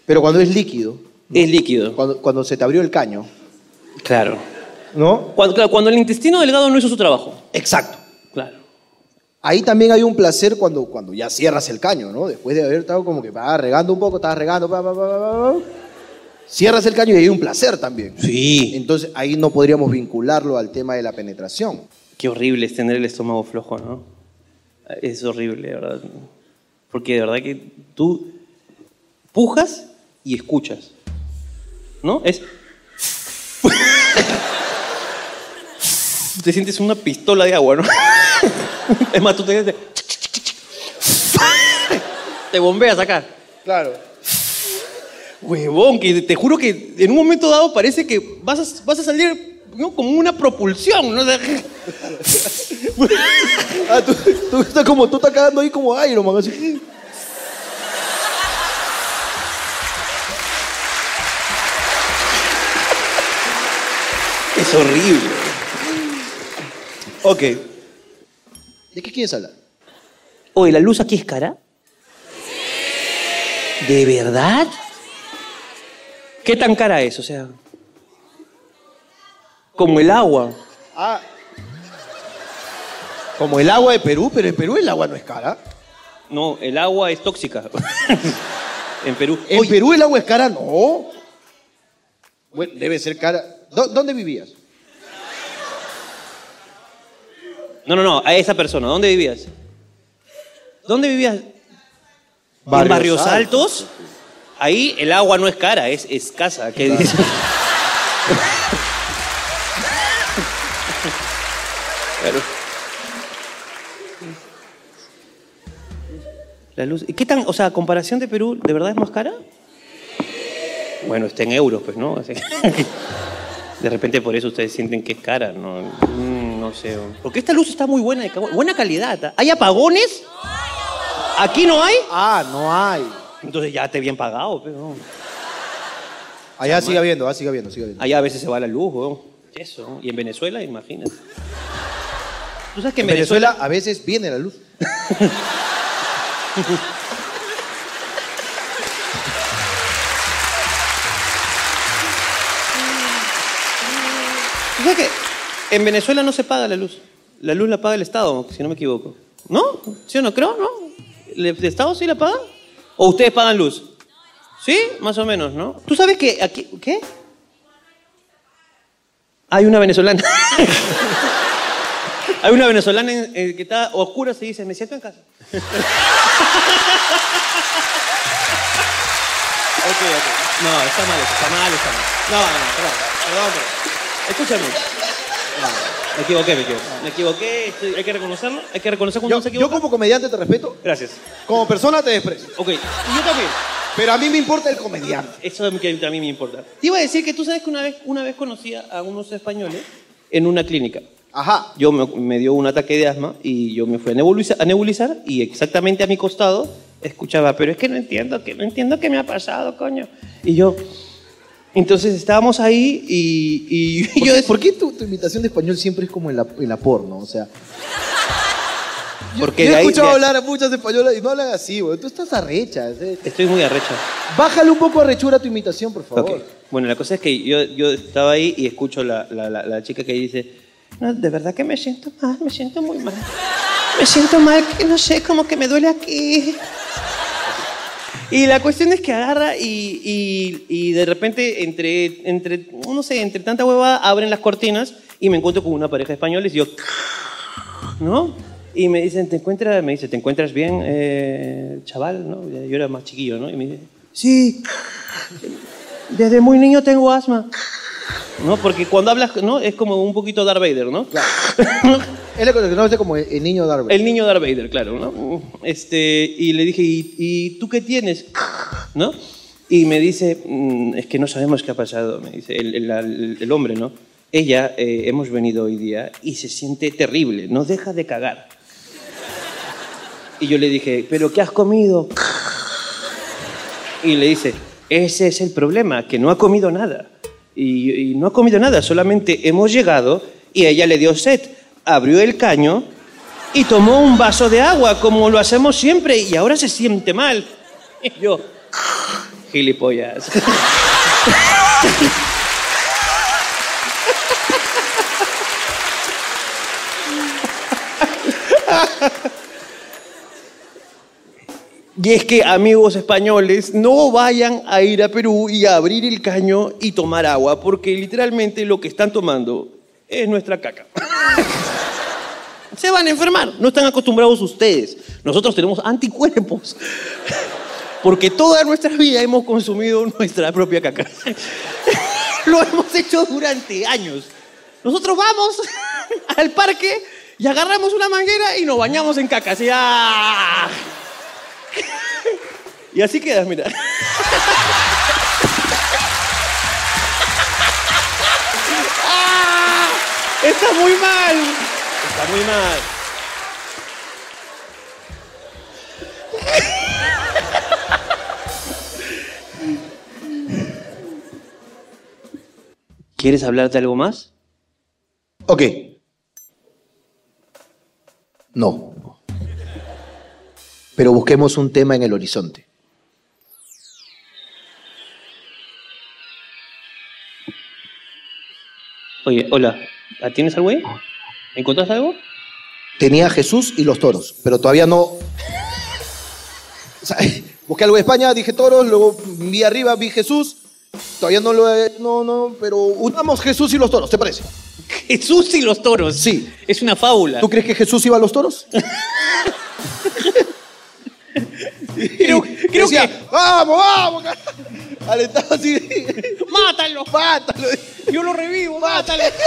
Speaker 2: Pero cuando es líquido,
Speaker 1: Es líquido.
Speaker 2: cuando, cuando se te abrió el caño,
Speaker 1: Claro.
Speaker 2: ¿no?
Speaker 1: Cuando, claro, cuando el intestino delgado no hizo su trabajo.
Speaker 2: Exacto.
Speaker 1: Claro.
Speaker 2: Ahí también hay un placer cuando, cuando ya cierras el caño, ¿no? Después de haber estado como que ah, regando un poco, estabas regando, pa, pa, pa, pa, pa, pa. cierras el caño y hay un placer también.
Speaker 1: Sí.
Speaker 2: Entonces ahí no podríamos vincularlo al tema de la penetración.
Speaker 1: Qué horrible es tener el estómago flojo, ¿no? Es horrible, de verdad. Porque de verdad que tú pujas y escuchas. ¿No? Es. [LAUGHS] te sientes una pistola de agua, ¿no? [LAUGHS] es más, tú te sientes. te bombeas acá.
Speaker 2: Claro.
Speaker 1: Huevón, que te juro que en un momento dado parece que vas a, vas a salir ¿no? como una propulsión. ¿no? O sea,
Speaker 2: Ah, tú, tú estás como, tú estás cagando ahí como Iron Man, así.
Speaker 1: es horrible. Ok.
Speaker 2: ¿De qué quieres hablar?
Speaker 1: Oye, ¿la luz aquí es cara? ¿De verdad? ¿Qué tan cara es? O sea. Como el agua.
Speaker 2: Ah. Como el agua de Perú, pero en Perú el agua no es cara.
Speaker 1: No, el agua es tóxica. [LAUGHS] en Perú.
Speaker 2: ¿En
Speaker 1: Oye,
Speaker 2: Perú el agua es cara? No. Bueno, debe ser cara. ¿Dó- ¿Dónde vivías?
Speaker 1: No, no, no, a esa persona. ¿Dónde vivías? ¿Dónde vivías? en
Speaker 3: Barrios
Speaker 1: Barrios Altos. Ahí el agua no es cara, es escasa. ¿Qué dices? Claro. La luz. ¿y ¿Qué tan, o sea, a comparación de Perú, de verdad es más cara? Bueno, está en euros, pues, ¿no? [LAUGHS] Así que- de repente por eso ustedes sienten que es cara, no, Mm, no sé. Porque esta luz está muy buena, de cagua- buena calidad. ¿ah? ¿Hay apagones? ¿Aquí no hay?
Speaker 2: Ah, no hay.
Speaker 1: Entonces ya te bien pagado, pues, pero.
Speaker 2: Allá sigue habiendo, ah, sigue habiendo, sigue habiendo.
Speaker 1: Allá a veces se va la luz, weón. Eso. ¿no? Y en Venezuela, imagínate. Tú sabes que
Speaker 2: En Venezuela a veces viene la luz.
Speaker 1: ¿Tú sabes que en Venezuela no se paga la luz? La luz la paga el Estado, si no me equivoco. ¿No? ¿Sí o no? Creo, ¿no? ¿El el Estado sí la paga? ¿O ustedes pagan luz? ¿Sí? Más o menos, ¿no? ¿Tú sabes que aquí... ¿Qué? Hay una venezolana. [LAUGHS] Hay una venezolana en- en que está a oscuras y dice, me siento en casa. [LAUGHS] Ok, ok. No, está mal eso, está mal, está mal. No, no, no, perdón, perdón, perdón. Escúchame. No, me equivoqué, me equivoqué. Me equivoqué, estoy- hay que reconocerlo. Hay que reconocer cuando
Speaker 2: Yo,
Speaker 1: uno se
Speaker 2: yo
Speaker 1: equivoca.
Speaker 2: como comediante te respeto,
Speaker 1: Gracias.
Speaker 2: como persona te desprecio.
Speaker 1: Ok, y yo también.
Speaker 2: Pero a mí me importa el comediante.
Speaker 1: Eso es lo que a mí me importa. Te iba a decir que tú sabes que una vez, una vez conocí a unos españoles en una clínica.
Speaker 2: Ajá.
Speaker 1: Yo me, me dio un ataque de asma y yo me fui a nebulizar, a nebulizar y exactamente a mi costado escuchaba, pero es que no entiendo, que no entiendo qué me ha pasado, coño. Y yo, entonces estábamos ahí y, y- y [LAUGHS]
Speaker 2: ¿Por,
Speaker 1: yo
Speaker 2: qué,
Speaker 1: decía,
Speaker 2: por qué tu, tu imitación de español siempre es como en la, en la porno? O sea,
Speaker 1: porque
Speaker 2: yo
Speaker 1: de
Speaker 2: he
Speaker 1: ahí-
Speaker 2: escuchado
Speaker 1: de-
Speaker 2: hablar a muchas españolas y no hablan así, güey. Tú estás arrecha. ¿sí?
Speaker 1: Estoy muy arrecho.
Speaker 2: Bájale un poco arrechura a tu imitación, por favor.
Speaker 1: Ok. Bueno, la cosa es que yo, yo estaba ahí y escucho la, la- la- la chica que dice, no, de verdad que me siento mal, me siento muy mal. Me siento mal, que no sé, como que me duele aquí. Y la cuestión es que agarra y, y- y de repente entre, entre, no sé, entre tanta hueva abren las cortinas y me encuentro con una pareja de españoles y yo, ¿no? Y me dicen, ¿te encuentras, me dice, ¿te encuentras bien, eh, chaval? ¿no? Yo era más chiquillo, ¿no? Y me dice, sí, desde muy niño tengo asma. ¿No? Porque cuando hablas, ¿no? Es como un poquito Darth Vader, ¿no?
Speaker 2: Es lo que lo que conoce como el, el niño Darwin.
Speaker 1: El niño Darth Vader, claro, ¿no? Este, y le dije, ¿y, y tú qué tienes? ¿No? Y me dice, "Mm, es que no sabemos qué ha pasado, me dice el, el- el- el hombre, ¿no? Ella, eh, hemos venido hoy día y se siente terrible, no deja de cagar. Y yo le dije, ¿pero qué has comido? Y le dice, ese es el problema, que no ha comido nada. Y, y no ha comido nada, solamente hemos llegado y ella le dio sed, abrió el caño y tomó un vaso de agua, como lo hacemos siempre, y ahora se siente mal. Y yo, gilipollas. Y es que, amigos españoles, no vayan a ir a Perú y a abrir el caño y tomar agua, porque literalmente lo que están tomando es nuestra caca. Se van a enfermar, no están acostumbrados ustedes. Nosotros tenemos anticuerpos, porque toda nuestra vida hemos consumido nuestra propia caca. Lo hemos hecho durante años. Nosotros vamos al parque y agarramos una manguera y nos bañamos en caca. Así, [LAUGHS] ¡ah! Y así quedas, mira. ¡Ah! Está muy mal. Está muy mal. ¿Quieres hablarte algo más?
Speaker 2: Ok. No. Pero busquemos un tema en el horizonte.
Speaker 1: Oye, hola. ¿Ah, ¿Tienes algo ahí? ¿Encontraste algo?
Speaker 2: Tenía a Jesús y los toros, pero todavía no. O sea, [LAUGHS] busqué algo de España, dije toros, luego vi arriba, vi Jesús. Todavía no lo he. No, no, pero unamos Jesús y los toros, ¿te parece?
Speaker 1: Jesús y los toros.
Speaker 2: Sí.
Speaker 1: Es una fábula.
Speaker 2: ¿Tú crees que Jesús iba a los toros? [LAUGHS]
Speaker 1: Creo, creo
Speaker 2: Decía,
Speaker 1: que.
Speaker 2: ¡Vamos, vamos! [LAUGHS] Alentaba así. [LAUGHS]
Speaker 1: ¡Mátalo!
Speaker 2: ¡Mátalo!
Speaker 1: Yo lo revivo, mátalo. [LAUGHS]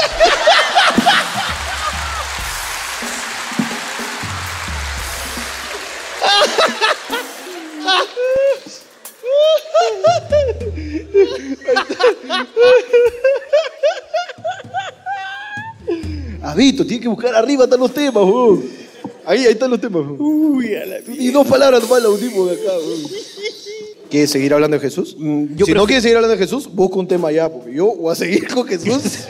Speaker 2: Avito, tiene que buscar arriba, están los temas, weón. Ahí, ahí están los temas, weón. Y dos palabras nomás la unimos de acá, Mm, weón. ¿Quieres seguir hablando de Jesús? si no quieres seguir hablando de Jesús, busca un tema allá, porque yo voy a seguir con [LAUGHS] Jesús.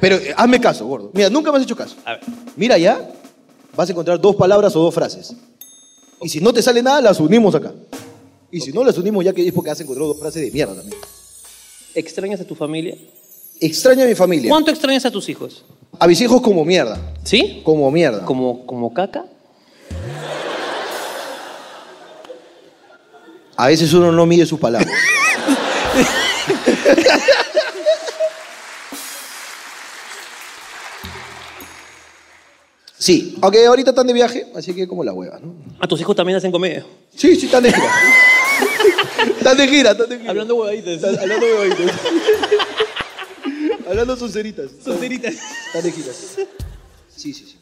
Speaker 2: Pero eh, hazme caso, gordo. Mira, nunca me has hecho caso.
Speaker 1: A ver.
Speaker 2: Mira allá, vas a encontrar dos palabras o dos frases. Y si no te sale nada, las unimos acá. Y si no las unimos, ya que es porque has encontrado dos frases de mierda también.
Speaker 1: ¿Extrañas a tu familia?
Speaker 2: Extraña a mi familia.
Speaker 1: ¿Cuánto extrañas a tus hijos?
Speaker 2: A mis hijos como mierda.
Speaker 1: ¿Sí?
Speaker 2: Como mierda.
Speaker 1: ¿Como, como caca?
Speaker 2: A veces uno no mide sus palabras. Sí, aunque ahorita están de viaje, así que como la hueva, ¿no?
Speaker 1: ¿A tus hijos también hacen comedia?
Speaker 2: Sí, sí, están de gira. están de gira, están de gira.
Speaker 1: Hablando huevaditas.
Speaker 2: [LAUGHS] Hablando huevaditos. Hablando sonceritas.
Speaker 1: Solteritas.
Speaker 2: Están de gira. sí. Sí, sí, sí.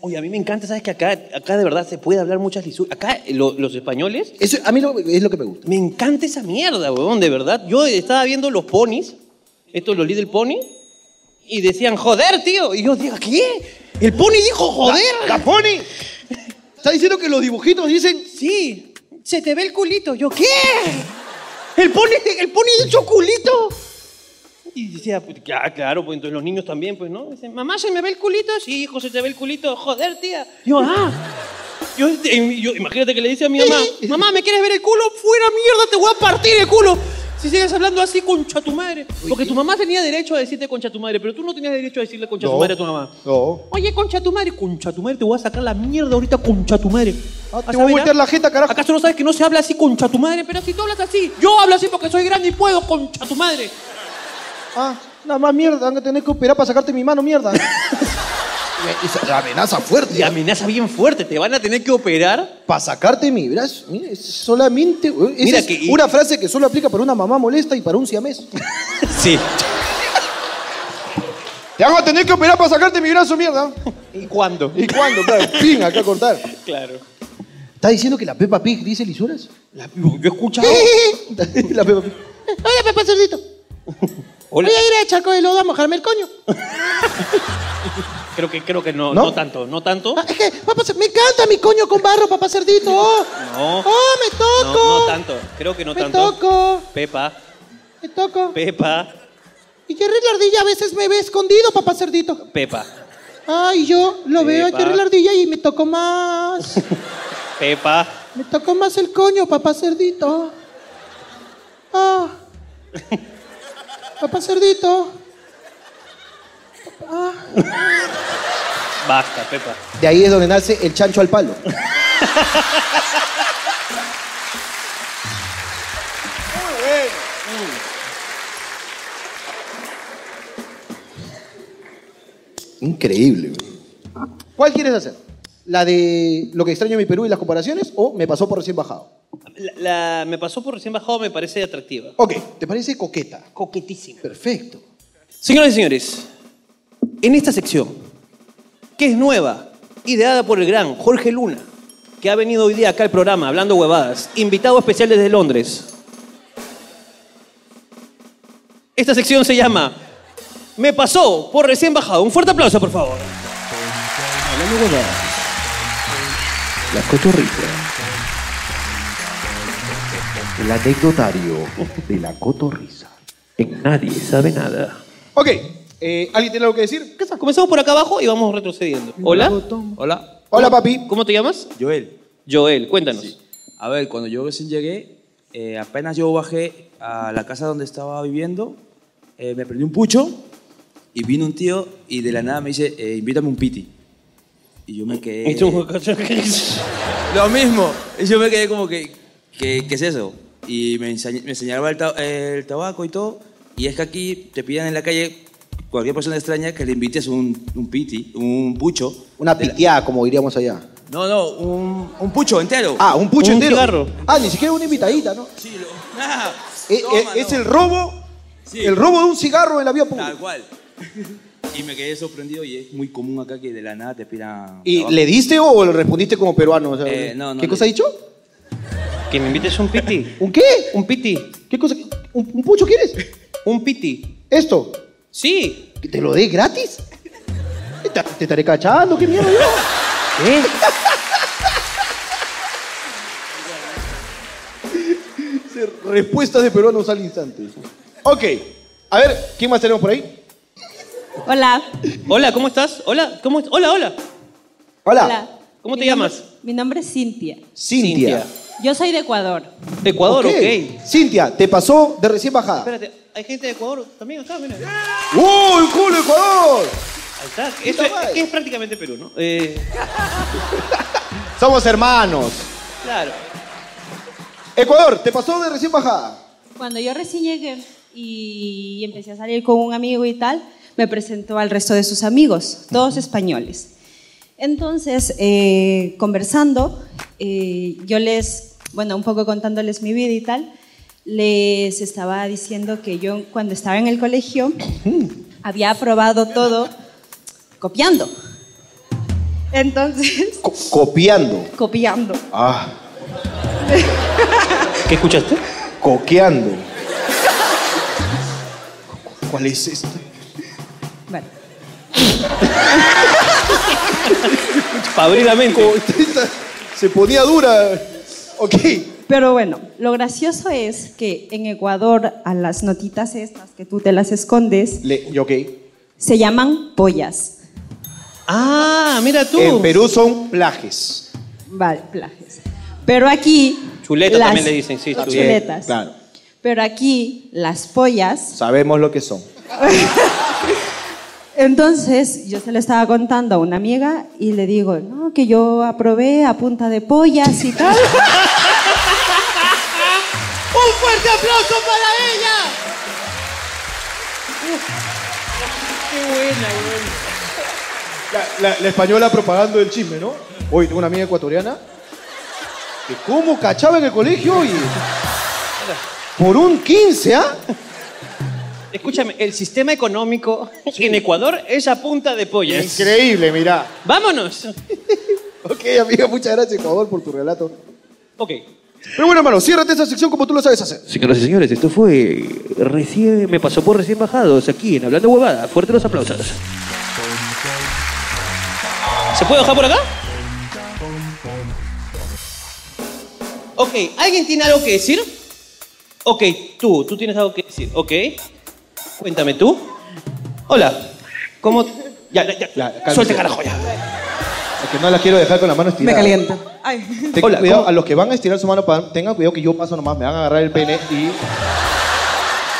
Speaker 1: Oye, a mí me encanta, ¿sabes que acá, acá de verdad se puede hablar muchas lisuras? Acá lo- los españoles,
Speaker 2: Eso a mí lo- es lo que me gusta.
Speaker 1: me encanta esa mierda, huevón, de verdad. Yo estaba viendo los ponis, estos los Little Pony, y decían, joder, tío. Y yo digo, ¿qué? El pony dijo, joder.
Speaker 2: ¡La pone! Está diciendo que los dibujitos dicen
Speaker 1: Sí, se te ve el culito. Yo, ¿qué? El pony, el pony dicho culito. Y decía, pues, ya, claro, pues entonces los niños también, pues, ¿no? Dicen, mamá, ¿se me ve el culito? Sí, hijo, se te ve el culito. Joder, tía. Yo, ah. Yo, eh, yo- imagínate que le dice a mi mamá, mamá, ¿me quieres ver el culo? Fuera mierda, te voy a partir el culo. Si sigues hablando así, concha tu madre. Porque tu mamá tenía derecho a decirte concha tu madre, pero tú no tenías derecho a decirle concha tu madre a tu mamá.
Speaker 2: No.
Speaker 1: Oye, concha tu madre, concha tu madre, te voy a sacar la mierda ahorita, concha tu madre.
Speaker 2: Ah, te
Speaker 1: Vas
Speaker 2: voy a
Speaker 1: ver,
Speaker 2: voltear
Speaker 1: ¿ah?
Speaker 2: la jeta, carajo.
Speaker 1: ¿Acaso no sabes que no se habla así, concha tu madre? Pero si tú hablas así, yo hablo así porque soy grande y puedo, concha tu madre.
Speaker 2: Ah, nada más mierda, van a tener que operar para sacarte mi mano, [LAUGHS] mierda. Esa amenaza fuerte.
Speaker 1: Y amenaza bien fuerte, te van a tener que operar. [LAUGHS]
Speaker 2: Para sacarte mi brazo. Mira, es solamente. esa
Speaker 1: Mira
Speaker 2: es
Speaker 1: que-
Speaker 2: una frase que solo aplica para una mamá molesta y para un siamés.
Speaker 1: Sí.
Speaker 2: [LAUGHS] Te van a tener que operar para sacarte mi brazo, mierda.
Speaker 1: ¿Y cuándo?
Speaker 2: ¿Y cuándo? Claro, pin, acá cortar.
Speaker 1: Claro.
Speaker 2: ¿Estás diciendo que la Peppa Pig dice lisuras?
Speaker 1: La- yo he escuchado.
Speaker 2: [LAUGHS] la Peppa Pig. Hola, Peppa Cerdito.
Speaker 1: Hola.
Speaker 2: ir al charco de lodo a mojarme el coño.
Speaker 1: Creo que, creo que no,
Speaker 2: ¿No?
Speaker 1: no, tanto, no tanto.
Speaker 2: Ah, es que, me encanta mi coño con barro, papá [LAUGHS] Cerdito. Oh,
Speaker 1: No.
Speaker 2: me
Speaker 1: No, no tanto, creo que no tanto. Pepa,
Speaker 2: Me toco.
Speaker 1: Pepa,
Speaker 2: Y Jerry la ardilla a veces me ve escondido, papá cerdito.
Speaker 1: Pepa,
Speaker 2: Ay, yo lo veo a
Speaker 1: Epa.
Speaker 2: Jerry la ardilla y me toco más.
Speaker 1: Pepa.
Speaker 2: me toco más el coño, papá cerdito. Ah. papá cerdito.
Speaker 1: Basta, Pepa.
Speaker 2: De ahí es donde nace el chancho al palo. Increíble. güey. ¿Cuál quieres hacer? ¿La de lo que extraño de mi Perú y las comparaciones o me pasó por recién bajado?
Speaker 1: La- la- me pasó por recién bajado, me parece atractiva.
Speaker 2: Ok, ¿te parece coqueta?
Speaker 1: Coquetísima.
Speaker 2: Perfecto.
Speaker 1: Señoras y señores, en esta sección, que es nueva, ideada por el gran Jorge Luna, que ha venido hoy día acá al programa hablando huevadas, invitado especial desde Londres. Esta sección se llama me pasó por recién bajado. Un fuerte aplauso, por favor.
Speaker 7: La cotorrita. El anecdotario de la cotorrisa. En nadie sabe nada.
Speaker 2: Ok, eh, ¿alguien tiene algo que decir?
Speaker 1: ¿Qué tal? Comenzamos por acá abajo y vamos retrocediendo. Hola. Hola.
Speaker 2: Hola, papi.
Speaker 1: ¿Cómo te llamas?
Speaker 8: Joel,
Speaker 1: Joel, cuéntanos.
Speaker 8: a ver, cuando yo recién llegué, eh, apenas yo bajé a la casa donde estaba viviendo, eh, me prendí un pucho y vino un tío y de la nada me dice, eh, invítame un piti. Y yo me quedé...
Speaker 1: Este es un cotorriza.
Speaker 8: Lo mismo. Y yo me quedé como que, ¿qué, qué es eso? Y me, enseñ- me enseñaba el, ta- el tabaco y todo. Y es que aquí te piden en la calle cualquier persona extraña que le invites un, un piti, un pucho.
Speaker 2: Una piteada, como diríamos allá.
Speaker 8: No, no, un, un pucho entero.
Speaker 2: Ah, un pucho
Speaker 1: Un
Speaker 2: entero.
Speaker 1: cigarro.
Speaker 2: Ah, ni siquiera una invitadita, ¿no?
Speaker 8: Sí, lo- [LAUGHS] Ah,
Speaker 2: Eh,
Speaker 8: toma,
Speaker 2: eh, es
Speaker 8: no.
Speaker 2: el robo,
Speaker 8: Sí.
Speaker 2: el robo de un cigarro en la vía
Speaker 8: Tal
Speaker 2: pública.
Speaker 8: cual. Y me quedé sorprendido y es muy común acá que de la nada te pidan...
Speaker 2: ¿Y
Speaker 8: tabaco.
Speaker 2: le diste o le respondiste como peruano? O sea,
Speaker 8: Eh, no, no,
Speaker 2: ¿Qué
Speaker 8: no.
Speaker 2: cosa ha dicho?
Speaker 1: Que me invites un piti.
Speaker 2: ¿Un qué?
Speaker 1: Un piti.
Speaker 2: ¿Qué cosa? ¿Un, un pucho quieres?
Speaker 1: Un piti.
Speaker 2: ¿Esto?
Speaker 1: Sí.
Speaker 2: ¿Que ¿Te lo dé gratis? ¿Te, te estaré cachando? ¿Qué mierda? yo?
Speaker 1: ¿Qué?
Speaker 2: Respuestas de peruanos al instante. Ok. A ver, ¿quién más tenemos por ahí?
Speaker 4: Hola.
Speaker 1: Hola, ¿cómo estás? Hola, ¿cómo est- Hola, hola.
Speaker 2: Hola.
Speaker 1: Ah, ¿Cómo te
Speaker 4: Mi nombre-
Speaker 1: llamas?
Speaker 4: Mi nombre es Cintia.
Speaker 2: Cintia.
Speaker 4: Yo soy de Ecuador.
Speaker 1: De Ecuador, ok.
Speaker 2: Cintia, te pasó de recién bajada.
Speaker 1: Espérate, hay gente de Ecuador también acá, mira.
Speaker 2: ¡Wow! ¡El culo de Ecuador!
Speaker 1: Ahí está. Eso es,
Speaker 2: madre.
Speaker 1: que es prácticamente Perú, ¿no? Eh,
Speaker 2: Somos hermanos.
Speaker 1: claro.
Speaker 2: Ecuador, te pasó de recién bajada.
Speaker 4: Cuando yo recién llegué y empecé a salir con un amigo y tal, me presentó al resto de sus amigos, todos españoles. Entonces, eh, conversando, eh, yo les, bueno, un poco contándoles mi vida y tal, les estaba diciendo que yo cuando estaba en el colegio había aprobado todo copiando. Entonces, [LAUGHS]
Speaker 2: Co- copiando.
Speaker 4: copiando.
Speaker 2: Ah,
Speaker 1: ¿Qué escuchaste?
Speaker 2: coqueando. ¿Cuál es esto?
Speaker 4: Bueno,
Speaker 1: Para abrir la mente.
Speaker 2: Se ponía dura. Ok.
Speaker 4: Pero bueno, lo gracioso es que en Ecuador a las notitas estas que tú te las escondes
Speaker 2: Le- y ok.
Speaker 4: se llaman pollas.
Speaker 1: Ah, mira tú.
Speaker 2: En Perú son plajes.
Speaker 4: Vale, plajes. Pero aquí...
Speaker 1: Chuleta
Speaker 4: las-
Speaker 1: también le dicen, sí,
Speaker 4: las
Speaker 1: chuleta.
Speaker 4: chuletas.
Speaker 2: Eh, Claro.
Speaker 4: Pero aquí las pollas...
Speaker 2: Sabemos lo que son.
Speaker 4: Entonces yo se lo estaba contando a una amiga y le digo, no, que yo aprobé a punta de pollas y tal.
Speaker 1: ¡Un fuerte aplauso para ella!
Speaker 2: La, la- la española propagando el chisme, ¿no? Hoy tengo una amiga ecuatoriana que cómo cachaba en el colegio y... Por un 15, ¿ah?
Speaker 1: Escúchame, el sistema económico en Ecuador es a punta de pollas.
Speaker 2: Increíble, mirá.
Speaker 1: ¡Vámonos!
Speaker 2: Ok, amiga, muchas gracias, Ecuador, por tu relato.
Speaker 1: Ok.
Speaker 2: Pero bueno, hermano, ciérrate esa sección como tú lo sabes hacer.
Speaker 7: Señoras y señores, esto fue recién. Me pasó por recién bajados aquí en Hablando Huevada. Fuerte los aplausos.
Speaker 1: ¿Se puede bajar por acá? Ok, ¿alguien tiene algo que decir? Ok, tú, tú tienes algo que decir, ok. Cuéntame tú. Hola, ¿cómo...? Ya, ya,
Speaker 2: Ya,
Speaker 1: ya.
Speaker 2: cálmate.
Speaker 1: Suelta carajo, ya.
Speaker 2: Es que no la quiero dejar con la mano estirada.
Speaker 4: Me calienta.
Speaker 2: Tengan
Speaker 1: Hola,
Speaker 2: cuidado,
Speaker 1: ¿cómo?
Speaker 2: a los que van a estirar su mano, pa- tengan cuidado que yo paso nomás, me van a agarrar el pene y...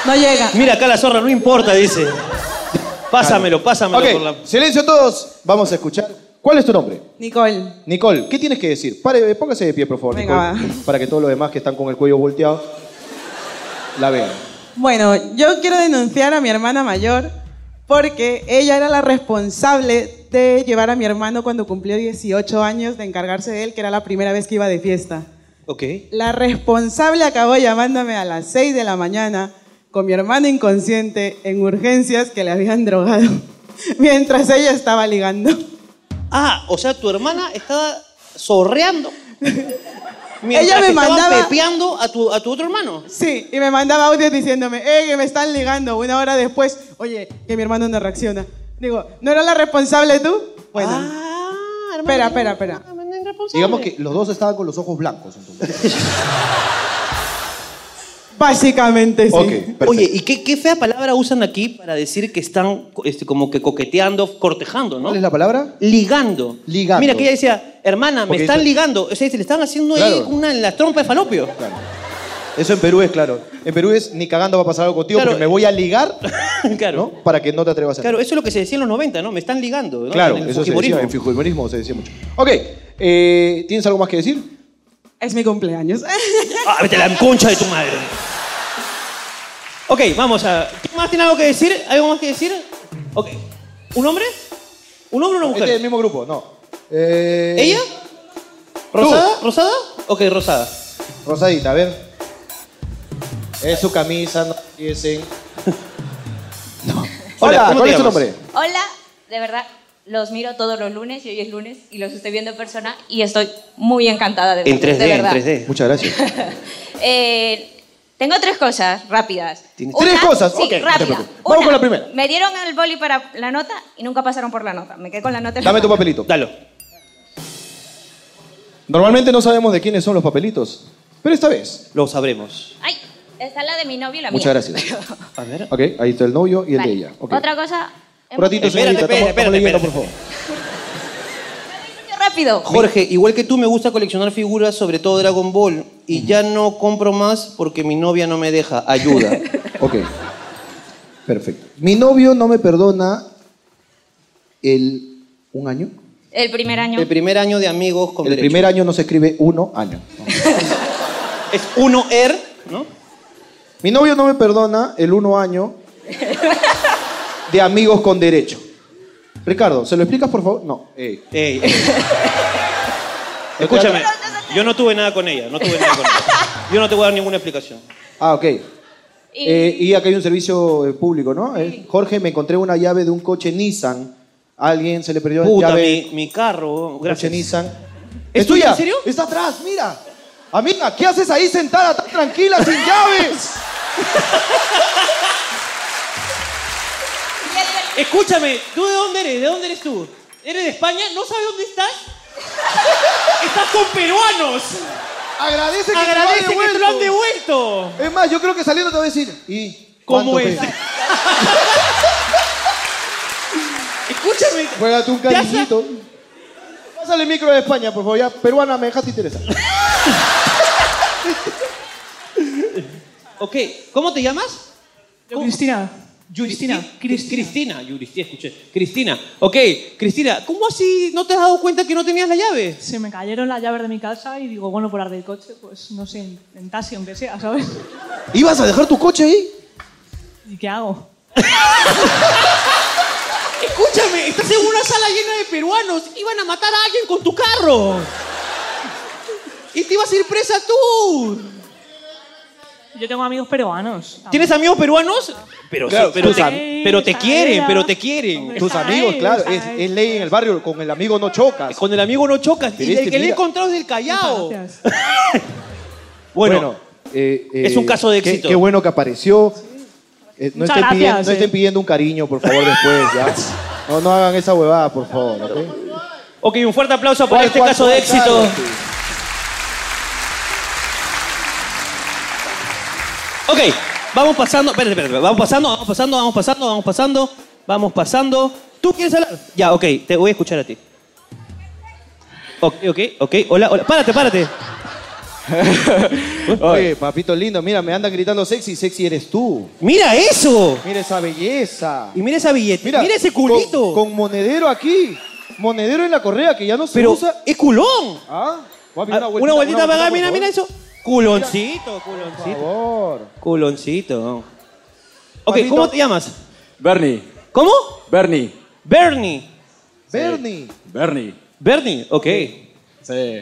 Speaker 4: No llega.
Speaker 1: Mira acá la zorra, no importa, dice. Pásamelo, pásamelo por la...
Speaker 2: Ok, silencio todos. Vamos a escuchar. ¿Cuál es tu nombre?
Speaker 4: Nicole.
Speaker 2: Nicole, ¿qué tienes que decir? Pare, póngase de pie, por favor,
Speaker 4: Venga,
Speaker 2: Nicole, para que todos los demás que están con el cuello volteado la vean.
Speaker 9: Bueno, yo quiero denunciar a mi hermana mayor porque ella era la responsable de llevar a mi hermano cuando cumplió 18 años, de encargarse de él, que era la primera vez que iba de fiesta.
Speaker 1: Ok.
Speaker 9: La responsable acabó llamándome a las 6 de la mañana con mi hermano inconsciente en urgencias que le habían drogado [LAUGHS] mientras ella estaba ligando. [LAUGHS]
Speaker 1: Ah, o sea, tu hermana estaba zorreando. Mientras
Speaker 9: Ella me
Speaker 1: que estaban
Speaker 9: mandaba-
Speaker 1: pepeando a tu, a tu otro hermano.
Speaker 9: Sí, y me mandaba audios diciéndome, eh, que me están ligando. Una hora después, oye, que mi hermano no reacciona. Digo, ¿no era la responsable tú? Bueno,
Speaker 1: Ah, hermano.
Speaker 9: espera, espera, espera.
Speaker 2: Digamos que los dos estaban con los ojos blancos. entonces.
Speaker 9: Básicamente sí.
Speaker 3: Ok, perfecto.
Speaker 1: Oye, ¿y qué, qué fea palabra usan aquí para decir que están este, como que coqueteando, cortejando, ¿no?
Speaker 2: ¿Cuál es la palabra?
Speaker 1: Ligando.
Speaker 2: Ligando.
Speaker 1: Mira que ella decía, hermana,
Speaker 2: Porque
Speaker 1: me están
Speaker 2: eso-
Speaker 1: ligando. O sea, se le están haciendo ahí
Speaker 2: Claro.
Speaker 1: una en la trompa de falopio. [LAUGHS]
Speaker 2: Eso en Perú es claro. En Perú es ni cagando va a pasar algo contigo
Speaker 1: Claro.
Speaker 2: porque me voy a ligar
Speaker 1: claro.
Speaker 2: ¿no? para que no te atrevas a hacer.
Speaker 1: Claro, eso es lo que se decía en los 90, ¿no? Me están ligando. ¿no?
Speaker 2: Claro,
Speaker 1: En el
Speaker 2: eso se
Speaker 1: fujimorismo.
Speaker 2: decía, en fujimorismo se decía mucho. Ok, eh, ¿tienes algo más que decir?
Speaker 9: Es mi cumpleaños.
Speaker 1: Ah, vete a la concha de tu madre. Ok, vamos a. ¿Quién más tiene algo que decir? ¿Algo más que decir? Ok. ¿Un hombre? ¿Un hombre o una mujer?
Speaker 2: Este es el mismo grupo, no. Eh,
Speaker 1: ¿Ella? ¿Rosada? ¿Rosada? Ok, rosada.
Speaker 2: Rosadita, a ver. Es su camisa, no
Speaker 1: [LAUGHS]
Speaker 2: piensen.
Speaker 1: Hola,
Speaker 2: Hola,
Speaker 1: ¿cómo
Speaker 2: ¿cuál
Speaker 1: te
Speaker 2: es tu
Speaker 1: llamas?
Speaker 2: nombre?
Speaker 10: Hola, de verdad, los miro todos los lunes y hoy es lunes y los estoy viendo en persona y estoy muy encantada de
Speaker 7: En 3D,
Speaker 10: de
Speaker 7: en
Speaker 10: verdad.
Speaker 7: 3D.
Speaker 2: Muchas gracias.
Speaker 10: [LAUGHS] Eh, tengo tres cosas rápidas.
Speaker 2: Tienes tres cosas,
Speaker 10: sí,
Speaker 2: ok, no te
Speaker 10: rápida.
Speaker 2: preocupes. Vamos
Speaker 10: Una,
Speaker 2: con la primera.
Speaker 10: Me dieron el boli para la nota y nunca pasaron por la nota. Me quedé con la nota. en la
Speaker 2: Dame tu
Speaker 10: mano.
Speaker 2: papelito.
Speaker 1: Dalo.
Speaker 2: Normalmente no sabemos de quiénes son los papelitos, pero esta vez.
Speaker 1: Lo sabremos.
Speaker 10: Ay, está la de mi novio y la
Speaker 2: Muchas
Speaker 10: mía.
Speaker 2: gracias.
Speaker 1: A ver.
Speaker 2: Ok, ahí está el novio [LAUGHS] y el
Speaker 10: Vale.
Speaker 2: de ella. Ok.
Speaker 10: Otra cosa.
Speaker 2: Un ratito,
Speaker 1: Espérate,
Speaker 2: señorita,
Speaker 1: espérate,
Speaker 2: estamos- estamos
Speaker 1: espérate,
Speaker 2: leyendo, por
Speaker 1: espérate.
Speaker 2: favor.
Speaker 10: Rápido.
Speaker 1: Jorge, igual que tú, me gusta coleccionar figuras, sobre todo Dragon Ball. Y ya no compro más porque mi novia no me deja. [LAUGHS] Ayuda.
Speaker 2: Ok. Perfecto. Mi novio no me perdona el. ¿Un año?
Speaker 10: El primer año.
Speaker 2: Eh,
Speaker 1: El primer año de amigos con
Speaker 2: el
Speaker 1: derecho.
Speaker 2: primer año no se escribe uno año.
Speaker 1: Es uno er, ¿no?
Speaker 2: Mi novio no me perdona el
Speaker 1: [LAUGHS]
Speaker 2: uno año de amigos con derecho. Ricardo, ¿se lo explicas por favor? No. Eh, Ey.
Speaker 1: [LAUGHS] Ey, ey. Escúchame, yo no tuve nada con ella, no tuve nada con ella. Yo no te voy a dar ninguna explicación.
Speaker 2: Ah, ok.
Speaker 10: Y-
Speaker 2: Eh, y acá hay un servicio eh, público, ¿no? Eh, Jorge, me encontré una llave de un coche Nissan. A alguien se le perdió la
Speaker 1: Puta,
Speaker 2: llave.
Speaker 1: mi, mi carro,
Speaker 2: Coche
Speaker 1: gracias.
Speaker 2: Nissan.
Speaker 1: ¿Es tuya?
Speaker 2: ¿Es tuya?
Speaker 1: ¿En serio?
Speaker 2: Está atrás, mira. Amiga, ¿qué haces ahí sentada tan tranquila sin
Speaker 1: [LAUGHS]
Speaker 2: llaves?
Speaker 1: Escúchame, ¿tú de dónde eres? ¿De dónde eres tú? ¿Eres de España? ¿No sabes dónde [LAUGHS] estás? ¡Estás con peruanos!
Speaker 2: Agradece que
Speaker 1: ¡Agradece
Speaker 2: te lo
Speaker 1: que
Speaker 2: han
Speaker 1: te lo han
Speaker 2: devuelto.
Speaker 1: devuelto!
Speaker 2: Es más, yo creo que saliendo te voy a decir. ¿Y
Speaker 1: ¿Cómo
Speaker 2: cuánto
Speaker 1: es? [LAUGHS]
Speaker 2: pesa?
Speaker 1: Escúchame.
Speaker 2: Juégate un
Speaker 1: ¿Te has-
Speaker 2: cariñito. Pásale el micro de España, por favor. Ya, peruana, me dejaste interesar.
Speaker 1: Ok, ¿cómo te llamas?
Speaker 9: Cristina.
Speaker 1: Cristina. Cristina, Cristina, escuché. Cristina. Ok, Cristina, ¿cómo así no te has dado cuenta que no tenías la llave?
Speaker 11: Se me cayeron las llaves de mi casa y digo, bueno, por arde el coche, pues no sé, en, taxi aunque sea, ¿sabes?
Speaker 2: ¿Ibas a dejar tu coche ahí?
Speaker 11: ¿Y qué hago?
Speaker 1: Escúchame, estás en una sala llena de peruanos. Iban a matar a alguien con tu carro. Y te ibas a ir presa tú.
Speaker 11: Yo tengo amigos peruanos.
Speaker 1: ¿Tienes amigos peruanos? Pero,
Speaker 2: Claro,
Speaker 1: pero,
Speaker 2: tus
Speaker 1: te,
Speaker 11: am-
Speaker 1: pero te quieren,
Speaker 11: Saela.
Speaker 1: pero te quieren.
Speaker 11: Hombre.
Speaker 2: Tus
Speaker 11: Está
Speaker 2: amigos,
Speaker 11: ahí,
Speaker 2: claro.
Speaker 11: está
Speaker 2: Es,
Speaker 11: ahí.
Speaker 2: es ley en el barrio. Con el amigo no chocas.
Speaker 1: Con el amigo no chocas.
Speaker 2: Pero
Speaker 1: Y el
Speaker 2: este,
Speaker 1: que le he
Speaker 2: mira.
Speaker 1: encontrado es del Callao.
Speaker 11: Muchas
Speaker 1: Bueno,
Speaker 2: eh, eh,
Speaker 1: es un caso de
Speaker 2: qué-
Speaker 1: éxito.
Speaker 2: Qué, bueno que apareció. Eh, no,
Speaker 11: Muchas
Speaker 2: estén
Speaker 11: gracias,
Speaker 2: pidiendo, no
Speaker 11: eh.
Speaker 2: estén pidiendo un cariño, por favor, después, ¿ya? No, no hagan esa huevada, por favor, ¿ok?
Speaker 1: ok, un fuerte aplauso por
Speaker 2: ¿Cuál,
Speaker 1: este
Speaker 2: cuál,
Speaker 1: caso
Speaker 2: cuál,
Speaker 1: de éxito.
Speaker 2: claro, sí.
Speaker 1: Ok, vamos pasando, espérate, espérate, vamos pasando, vamos pasando, vamos pasando, vamos pasando, vamos pasando. ¿Tú quieres hablar? Ya, ok, te voy a escuchar a ti. Ok, ok, ok, hola, hola, párate, párate.
Speaker 2: Oye, papito lindo, mira, me andan gritando sexy, sexy eres tú.
Speaker 1: Mira eso.
Speaker 2: Mira esa belleza.
Speaker 1: Y mira esa billete, mira, ese
Speaker 2: con-
Speaker 1: culito.
Speaker 2: Con, monedero aquí. Monedero en la correa que ya no se
Speaker 1: Pero
Speaker 2: usa.
Speaker 1: es culón.
Speaker 2: Ah, papi,
Speaker 1: Ah, Una vueltita para acá, mira, mira
Speaker 2: por
Speaker 1: eso. Culoncito, culoncito.
Speaker 2: favor.
Speaker 1: Culoncito. Ok,
Speaker 2: Papito.
Speaker 1: ¿cómo te llamas?
Speaker 12: Bernie,
Speaker 1: ¿Cómo?
Speaker 12: Bernie,
Speaker 1: Bernie.
Speaker 2: Por favor. Bernie,
Speaker 12: Bernie.
Speaker 1: Bernie, ok.
Speaker 12: Sí.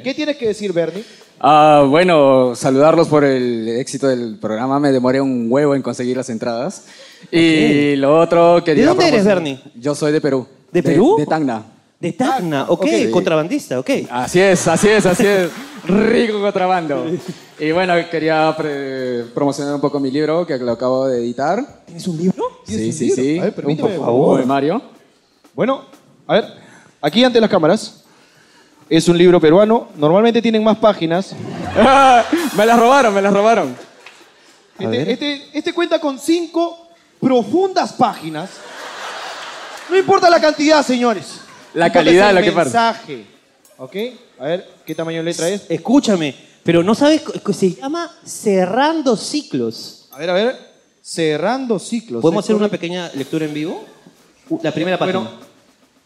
Speaker 2: ¿qué tienes que decir, Bernie?
Speaker 12: Ah, bueno, saludarlos por el éxito del programa. Me demoré un huevo en conseguir las entradas. Y lo otro quería...
Speaker 1: dónde eres,
Speaker 12: proponer-
Speaker 1: Bernie?
Speaker 12: Yo soy de Perú.
Speaker 1: ¿De Perú?
Speaker 12: De Tacna.
Speaker 1: De Tacna, ok,
Speaker 12: ok.
Speaker 9: Ah,
Speaker 1: contrabandista, ok.
Speaker 12: Así es, así es, así es. Rico contrabando. Y bueno, quería pre- promocionar un poco mi libro que lo acabo de editar.
Speaker 2: ¿Tienes un libro?
Speaker 12: Sí, sí, sí.
Speaker 2: A ver, permíteme,
Speaker 12: Un poemario.
Speaker 2: Bueno, a ver, aquí ante las cámaras. Es un libro peruano. Normalmente tienen más páginas.
Speaker 12: [LAUGHS] me las robaron, me las robaron.
Speaker 2: Este, este- este cuenta con cinco profundas páginas. No importa la cantidad, señores.
Speaker 12: La
Speaker 2: Importa
Speaker 12: calidad
Speaker 2: es
Speaker 12: de
Speaker 2: el
Speaker 12: lo que parte.
Speaker 2: mensaje. ¿Ok? A ver, ¿qué tamaño de letra es?
Speaker 1: Escúchame, pero no sabes, co- co- se llama Cerrando Ciclos.
Speaker 2: A ver, a ver. Cerrando ciclos.
Speaker 1: ¿Podemos
Speaker 2: ¿eh?
Speaker 1: hacer una pequeña lectura en vivo? La primera página.
Speaker 2: Bueno,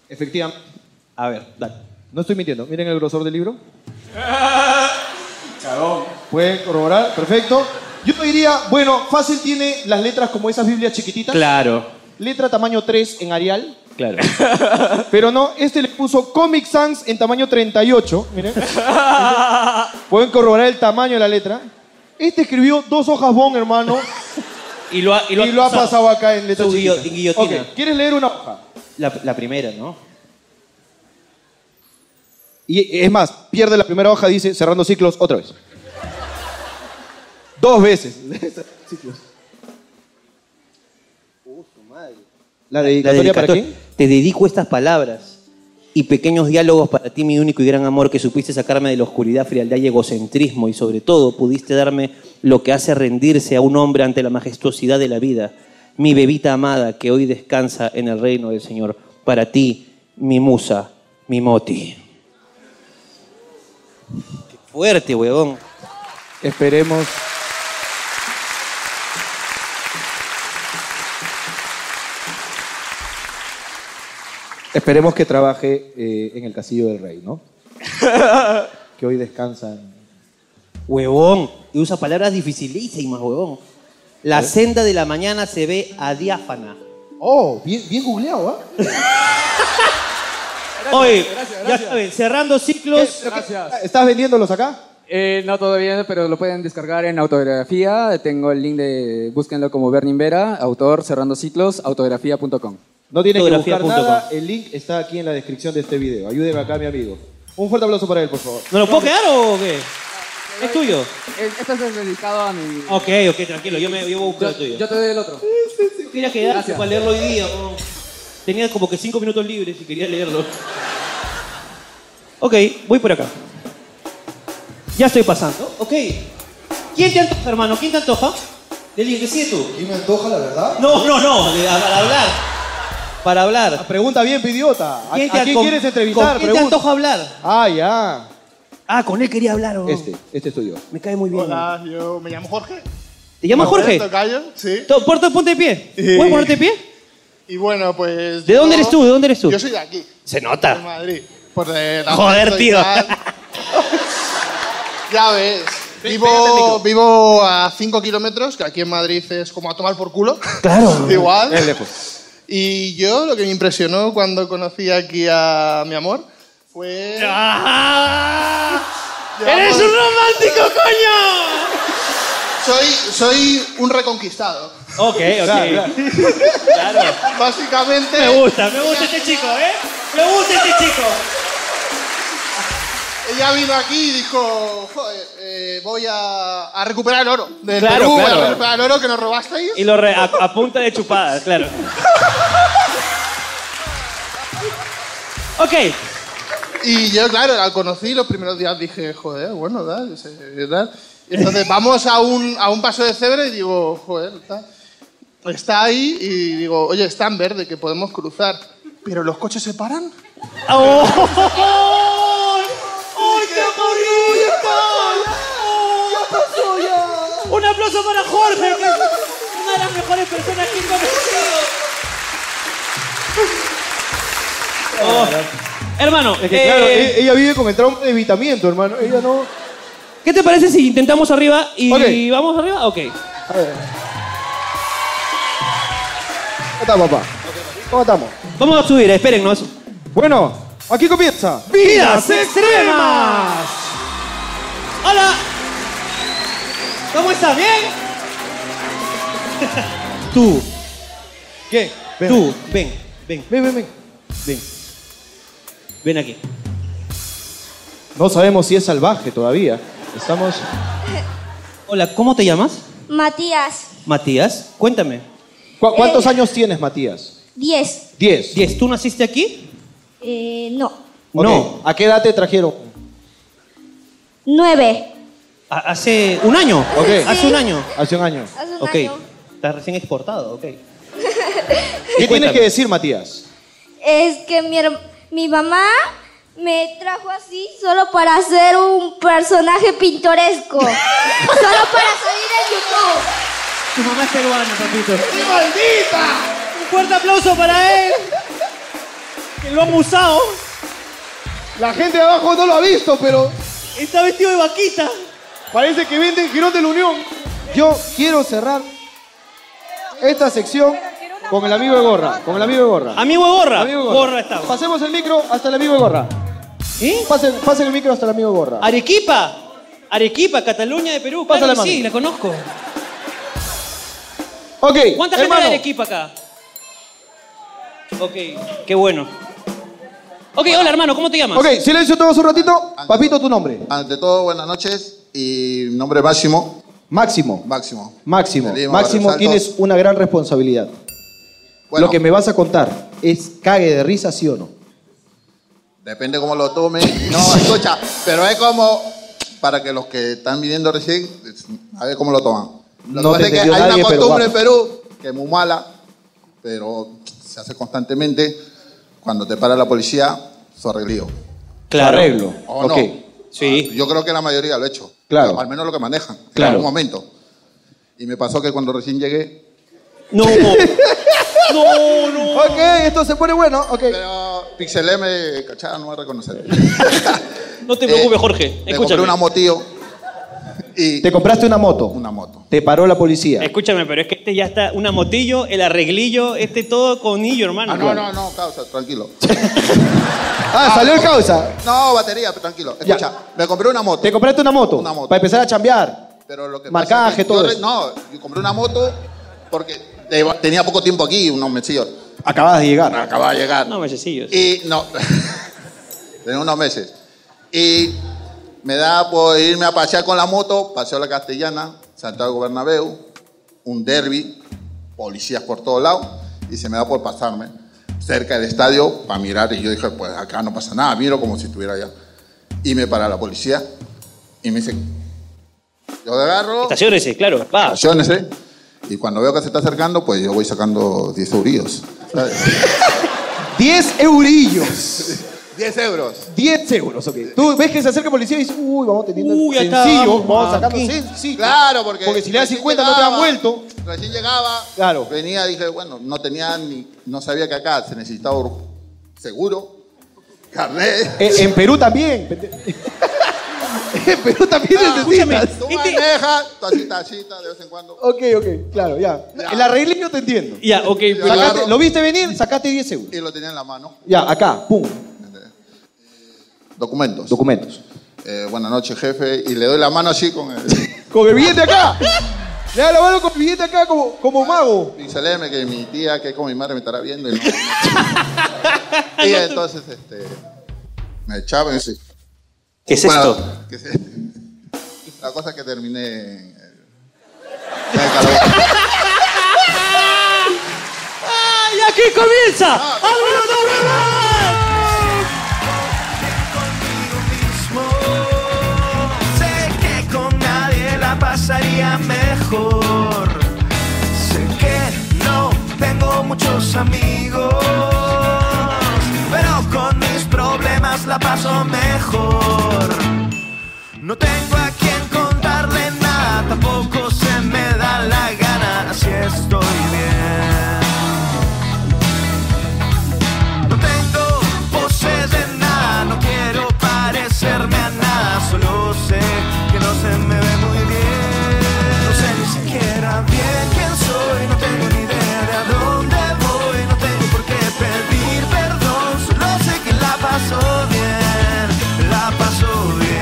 Speaker 2: efectivamente.
Speaker 1: A ver, dale.
Speaker 2: No estoy mintiendo. Miren el grosor del libro. Pueden corroborar. Perfecto. Yo diría, bueno, fácil tiene las letras como esas Biblias chiquititas.
Speaker 1: Claro,
Speaker 2: Letra tamaño 3 en Arial.
Speaker 1: claro.
Speaker 2: [LAUGHS] Pero no, este le puso Comic Sans en tamaño 38.
Speaker 1: [LAUGHS]
Speaker 2: Miren. Pueden corroborar el tamaño de la letra. Este escribió dos hojas bon, hermano,
Speaker 1: Y lo ha,
Speaker 2: y lo ha pasado acá en letra
Speaker 1: Su
Speaker 2: chiquita.
Speaker 1: guillo- guillotina.
Speaker 2: Ok, ¿Quieres leer una hoja?
Speaker 1: La, la primera, ¿no?
Speaker 2: Y es más, pierde la primera hoja, dice cerrando ciclos otra vez. Dos [LAUGHS] veces. Uh, La dedicatoria para
Speaker 1: dedicator-
Speaker 2: qué?
Speaker 1: Te dedico estas palabras y pequeños diálogos para ti, mi único y gran amor, que supiste sacarme de la oscuridad, frialdad y egocentrismo, y sobre todo pudiste darme lo que hace rendirse a un hombre ante la majestuosidad de la vida, mi bebita amada que hoy descansa en el reino del Señor. Para ti, mi musa, mi moti. Qué fuerte, huevón.
Speaker 2: Esperemos. Esperemos que trabaje eh, en el Castillo del Rey, [LAUGHS] ¿no? que hoy descansan.
Speaker 1: Huevón. Y usa palabras dificilísimas, huevón. La senda de la mañana se ve adiáfana.
Speaker 2: Oh, bien, bien googleado, ¿ah?
Speaker 1: Oye, ya saben, cerrando ciclos.
Speaker 12: Gracias.
Speaker 2: ¿Estás vendiéndolos acá?
Speaker 12: Eh, no todavía, pero lo pueden descargar en autografía. Tengo el link de, búsquenlo como Bernin Vera, autor cerrando ciclos, autografía.com.
Speaker 2: No tiene que buscar
Speaker 1: Fotografía.com.
Speaker 2: nada. El link está aquí en la descripción de este video. Ayúdeme acá, mi amigo. Un fuerte aplauso para él, por favor.
Speaker 1: ¿No lo puedo quedar o qué? ¿Es tuyo?
Speaker 12: Este es dedicado a mi...
Speaker 1: Ok, ok, tranquilo, yo, me, yo voy a buscar
Speaker 12: Yo,
Speaker 1: el tuyo.
Speaker 12: yo te doy el otro.
Speaker 1: quería quedarse
Speaker 12: Gracias.
Speaker 1: para leerlo hoy día. po. Tenía como que cinco minutos libres y quería leerlo. Ok, voy por acá. Ya estoy pasando. Ok. ¿Quién te antoja, hermano? ¿Quién te antoja? Del decide tú.
Speaker 6: ¿Y me antoja, la verdad?
Speaker 1: No, no, no, de- a- para hablar. Para hablar.
Speaker 2: Ah, Pregunta bien, pidiota. ¿A, a quién
Speaker 1: con-
Speaker 2: quieres
Speaker 1: ¿Con
Speaker 2: entrevistar?
Speaker 1: quién te
Speaker 2: Pregunta.
Speaker 1: antoja hablar?
Speaker 2: Ah, ya.
Speaker 1: Ah, con él quería hablar. o-
Speaker 2: Este, este es tuyo.
Speaker 1: Me cae muy bien.
Speaker 5: Hola, yo me llamo Jorge.
Speaker 1: ¿Te llamas Jorge?
Speaker 5: Roberto Gallo, sí.
Speaker 1: To- Porto, ponte de pie.
Speaker 5: Eh.
Speaker 1: ¿Puedes ponerte de pie?
Speaker 5: Y bueno, pues.
Speaker 1: ¿De
Speaker 5: yo-
Speaker 1: dónde eres tú? ¿De dónde eres tú?
Speaker 5: Yo soy de aquí,
Speaker 1: Se
Speaker 5: de
Speaker 1: nota.
Speaker 5: Madrid. Por de la
Speaker 1: Joder,
Speaker 5: Alto y
Speaker 1: tío.
Speaker 5: tal.
Speaker 1: [LAUGHS]
Speaker 5: ya ves. Vivo, vivo a 5 kilómetros, que aquí en Madrid es como a tomar por culo.
Speaker 1: [LAUGHS] Claro.
Speaker 5: Igual.
Speaker 2: Es lejos.
Speaker 5: Y yo lo que me impresionó cuando conocí aquí a mi amor fue.
Speaker 1: ¡Ah!
Speaker 5: ¡Eres un romántico, [LAUGHS] coño! Soy, soy un reconquistado.
Speaker 1: Ok, ok.
Speaker 5: Básicamente.
Speaker 1: Me gusta, me gusta este chico, ¿eh? Me gusta este chico.
Speaker 5: Ella vino aquí y dijo, "Joder, eh, voy a, a recuperar el oro. Del
Speaker 1: Claro,
Speaker 5: Perú,
Speaker 1: claro.
Speaker 5: voy a recuperar el oro que nos robasteis.
Speaker 1: Y lo re- a, a punta de chupadas, claro. Ok,
Speaker 5: Y yo, claro, la conocí los primeros días dije, joder, bueno, tal, yo sé, tal. Y Entonces vamos a un, a un paso de cebra y digo, joder, está, está ahí y digo, oye, está en verde, que podemos cruzar. Pero los coches se paran.
Speaker 1: un aplauso para Jorge, que es una de las mejores personas que he conocido. Oh. Hermano,
Speaker 2: Que claro,
Speaker 1: eh,
Speaker 2: e- ella vive con el trauma de evitamiento, hermano. Ella no.
Speaker 1: ¿Qué te parece si intentamos arriba y
Speaker 2: Ok.
Speaker 1: vamos arriba? Ok.
Speaker 2: A ver. ¿Cómo está, papá? ¿Cómo estamos?
Speaker 1: Vamos a subir, espérennos.
Speaker 2: Bueno, aquí comienza.
Speaker 1: ¡Vidas extremas! ¡Hola! ¿Cómo estás? ¿Bien? Tú,
Speaker 2: ¿Qué? Ven.
Speaker 1: tú, ven, ven,
Speaker 2: Ven, ven, ven.
Speaker 1: ven. Ven aquí.
Speaker 2: No sabemos si es salvaje todavía. Estamos.
Speaker 1: Hola, ¿cómo te llamas?
Speaker 13: Matías,
Speaker 1: Matías. Cuéntame.
Speaker 2: ¿Cu- ¿Cuántos años tienes, Matías?
Speaker 13: 10.
Speaker 2: Diez.
Speaker 1: Eh. Diez. ¿Tú naciste aquí?
Speaker 13: Eh, no,
Speaker 1: No.
Speaker 2: ¿A qué edad te trajeron?
Speaker 13: 9.
Speaker 1: Ha- Hace un año.
Speaker 2: Ok.
Speaker 1: Hace un año.
Speaker 2: Hace un año.
Speaker 13: Hace un
Speaker 1: ok.
Speaker 13: año.
Speaker 1: Estás recién exportado, ok.
Speaker 2: ¿Qué tienes
Speaker 1: Cuéntame.
Speaker 2: que decir, Matías?
Speaker 13: Es que mi, herm- mi mamá me trajo así solo para ser un personaje [LAUGHS] pintoresco. solo para salir en YouTube.
Speaker 1: Tu mamá es peruana, papito.
Speaker 13: ¡Maldita!
Speaker 1: Un fuerte aplauso para él. Que lo ha musado.
Speaker 2: La gente de abajo no lo ha visto, pero.
Speaker 1: Está vestido de vaquita.
Speaker 2: Parece que vende en Girón de la Unión. Yo quiero cerrar esta sección con el amigo de gorra. Con el amigo de gorra.
Speaker 1: Amigo de gorra.
Speaker 2: Amigo de
Speaker 1: Gorra está.
Speaker 2: Pasemos el micro hasta el amigo de gorra.
Speaker 1: ¿Sí?
Speaker 2: Pasen, pasen el micro hasta el amigo de gorra.
Speaker 1: Arequipa. Arequipa, Cataluña de Perú.
Speaker 2: Pásale,
Speaker 1: claro que
Speaker 2: mami.
Speaker 1: sí, la conozco.
Speaker 2: Ok.
Speaker 1: ¿Cuánta
Speaker 2: hermano,
Speaker 1: gente de Arequipa acá? Ok, qué bueno. Ok, hola hermano, ¿cómo te [LAUGHS] llamas?
Speaker 2: Ok, silencio todos un ratito. Papito, tu nombre.
Speaker 14: Ante todo, buenas noches. Y mi nombre es Máximo.
Speaker 2: Máximo.
Speaker 14: Máximo.
Speaker 2: Máximo.
Speaker 14: Lima,
Speaker 2: Máximo,
Speaker 14: Barrios Altos.
Speaker 2: tienes una gran responsabilidad. Lo que me vas a contar es cague de risa, sí o no.
Speaker 14: Depende cómo lo tome. No, escucha, pero es como para que los que están viniendo recién, es- a ver cómo lo toman. Lo
Speaker 2: No
Speaker 14: que pasa
Speaker 2: te
Speaker 14: es que
Speaker 2: entendió
Speaker 14: hay
Speaker 2: nadie,
Speaker 14: una
Speaker 2: pero
Speaker 14: costumbre en
Speaker 2: vamos.
Speaker 14: Perú que es muy mala, pero se hace constantemente. Cuando te para la policía, su arreglío.
Speaker 1: Claro.
Speaker 2: Arreglo.
Speaker 14: ¿O
Speaker 2: Ok.
Speaker 14: no? Ah, Yo creo que la mayoría lo ha hecho.
Speaker 2: Claro.
Speaker 14: Al menos lo que manejan.
Speaker 2: Claro.
Speaker 14: En algún momento. Y me pasó que cuando recién llegué. [LAUGHS]
Speaker 1: No. no, no.
Speaker 2: Ok, esto se pone bueno. Ok.
Speaker 14: Pixelé me cachaba, no me reconocer.
Speaker 1: No te
Speaker 14: preocupes,
Speaker 1: Jorge.
Speaker 14: Eh, Me compré una motillo. Y
Speaker 2: Te compraste una moto. Una
Speaker 14: moto.
Speaker 2: Te paró la policía.
Speaker 1: Escúchame, pero es que este ya está una motillo, el arreglillo, este todo con hillo, hermano.
Speaker 14: Ah, no, no, no, causa, tranquilo.
Speaker 2: Ah, salió el causa.
Speaker 14: No, batería, pero tranquilo.
Speaker 2: Ya.
Speaker 14: Escucha, me compré una moto.
Speaker 2: Te compraste una moto.
Speaker 14: Una moto.
Speaker 2: Para empezar a chambear.
Speaker 14: Pero lo que
Speaker 2: Marcaje,
Speaker 14: pasa es que
Speaker 2: todo
Speaker 14: yo re-
Speaker 2: eso.
Speaker 14: No, yo compré una moto porque te- tenía poco tiempo aquí, unos Ah, mesillos.
Speaker 2: Acabas de llegar.
Speaker 14: Acababa de llegar.
Speaker 1: No, mesecillos.
Speaker 14: Y no. Tenía unos meses. Y me da por irme a pasear con la moto, paseo a la Castellana, Santiago Bernabéu, un derby, policías por todos lados, y se me da por pasarme cerca del estadio para mirar. Y yo dije, pues acá no pasa nada, miro como si estuviera allá. Y me para la policía y me dice, yo agarro.
Speaker 1: Estaciones, claro. Va.
Speaker 14: Estaciones, ¿eh? Y cuando veo que se está acercando, pues yo voy sacando 10 eurillos. ¿sabes?
Speaker 2: 10
Speaker 14: [LAUGHS]
Speaker 2: eurillos.
Speaker 14: 10 euros.
Speaker 2: 10 euros, ok. Tú ves que se acerca el policía y dices, uy, vamos teniendo
Speaker 14: Uy, ya está,
Speaker 2: sencillo.
Speaker 14: vamos,
Speaker 2: Vamos sacando
Speaker 14: aquí.
Speaker 2: sencillo.
Speaker 14: Claro, porque
Speaker 2: si le das
Speaker 14: recién
Speaker 2: 50 no te dan
Speaker 14: llegaba.
Speaker 2: vuelto.
Speaker 14: Recién llegaba,
Speaker 2: Claro.
Speaker 14: venía, dije, bueno, no tenía ni, no sabía que acá se necesitaba ur- seguro, carnet.
Speaker 2: Eh,
Speaker 14: [LAUGHS]
Speaker 2: en Perú también. en Perú también
Speaker 14: Ah,
Speaker 2: necesitas.
Speaker 14: Tú manejas, tu así, tacita, de vez en cuando.
Speaker 2: Ok, ok, claro, ya. El arreglillo te entiendo.
Speaker 1: Ya, ok, pero-
Speaker 2: Sacaste- lo viste venir, sacaste 10 euros.
Speaker 14: Y lo tenía en la mano.
Speaker 2: Ya, acá, pum.
Speaker 14: Eh, Documentos.
Speaker 2: Documentos.
Speaker 14: Eh, buenas noches, jefe. Y le doy la mano así con el
Speaker 2: [LAUGHS] Con el billete acá. Le da la mano con el billete acá como, como mago.
Speaker 14: pixeleme que mi tía, que es como mi madre, me estará viendo. Y, no- y entonces, este, me echaba y me dice,
Speaker 1: ¿Qué es
Speaker 14: Bueno,
Speaker 1: esto?
Speaker 14: que se- La cosa que terminé en el- en el calor.
Speaker 1: ¡Ay, aquí comienza! ¡Ábrelo,
Speaker 6: Sé que con nadie la pasaría mejor. Sé que no tengo muchos amigos, pero con mis problemas la paso mejor. No tengo a quien contarle nada, tampoco se me da la gana si estoy bien. No tengo poses de nada, no quiero parecerme a nada, solo sé que no se me ve muy bien. No sé ni siquiera bien quién soy, no tengo ni idea de a dónde voy, no tengo por qué pedir perdón, solo sé que la paso bien, la paso bien.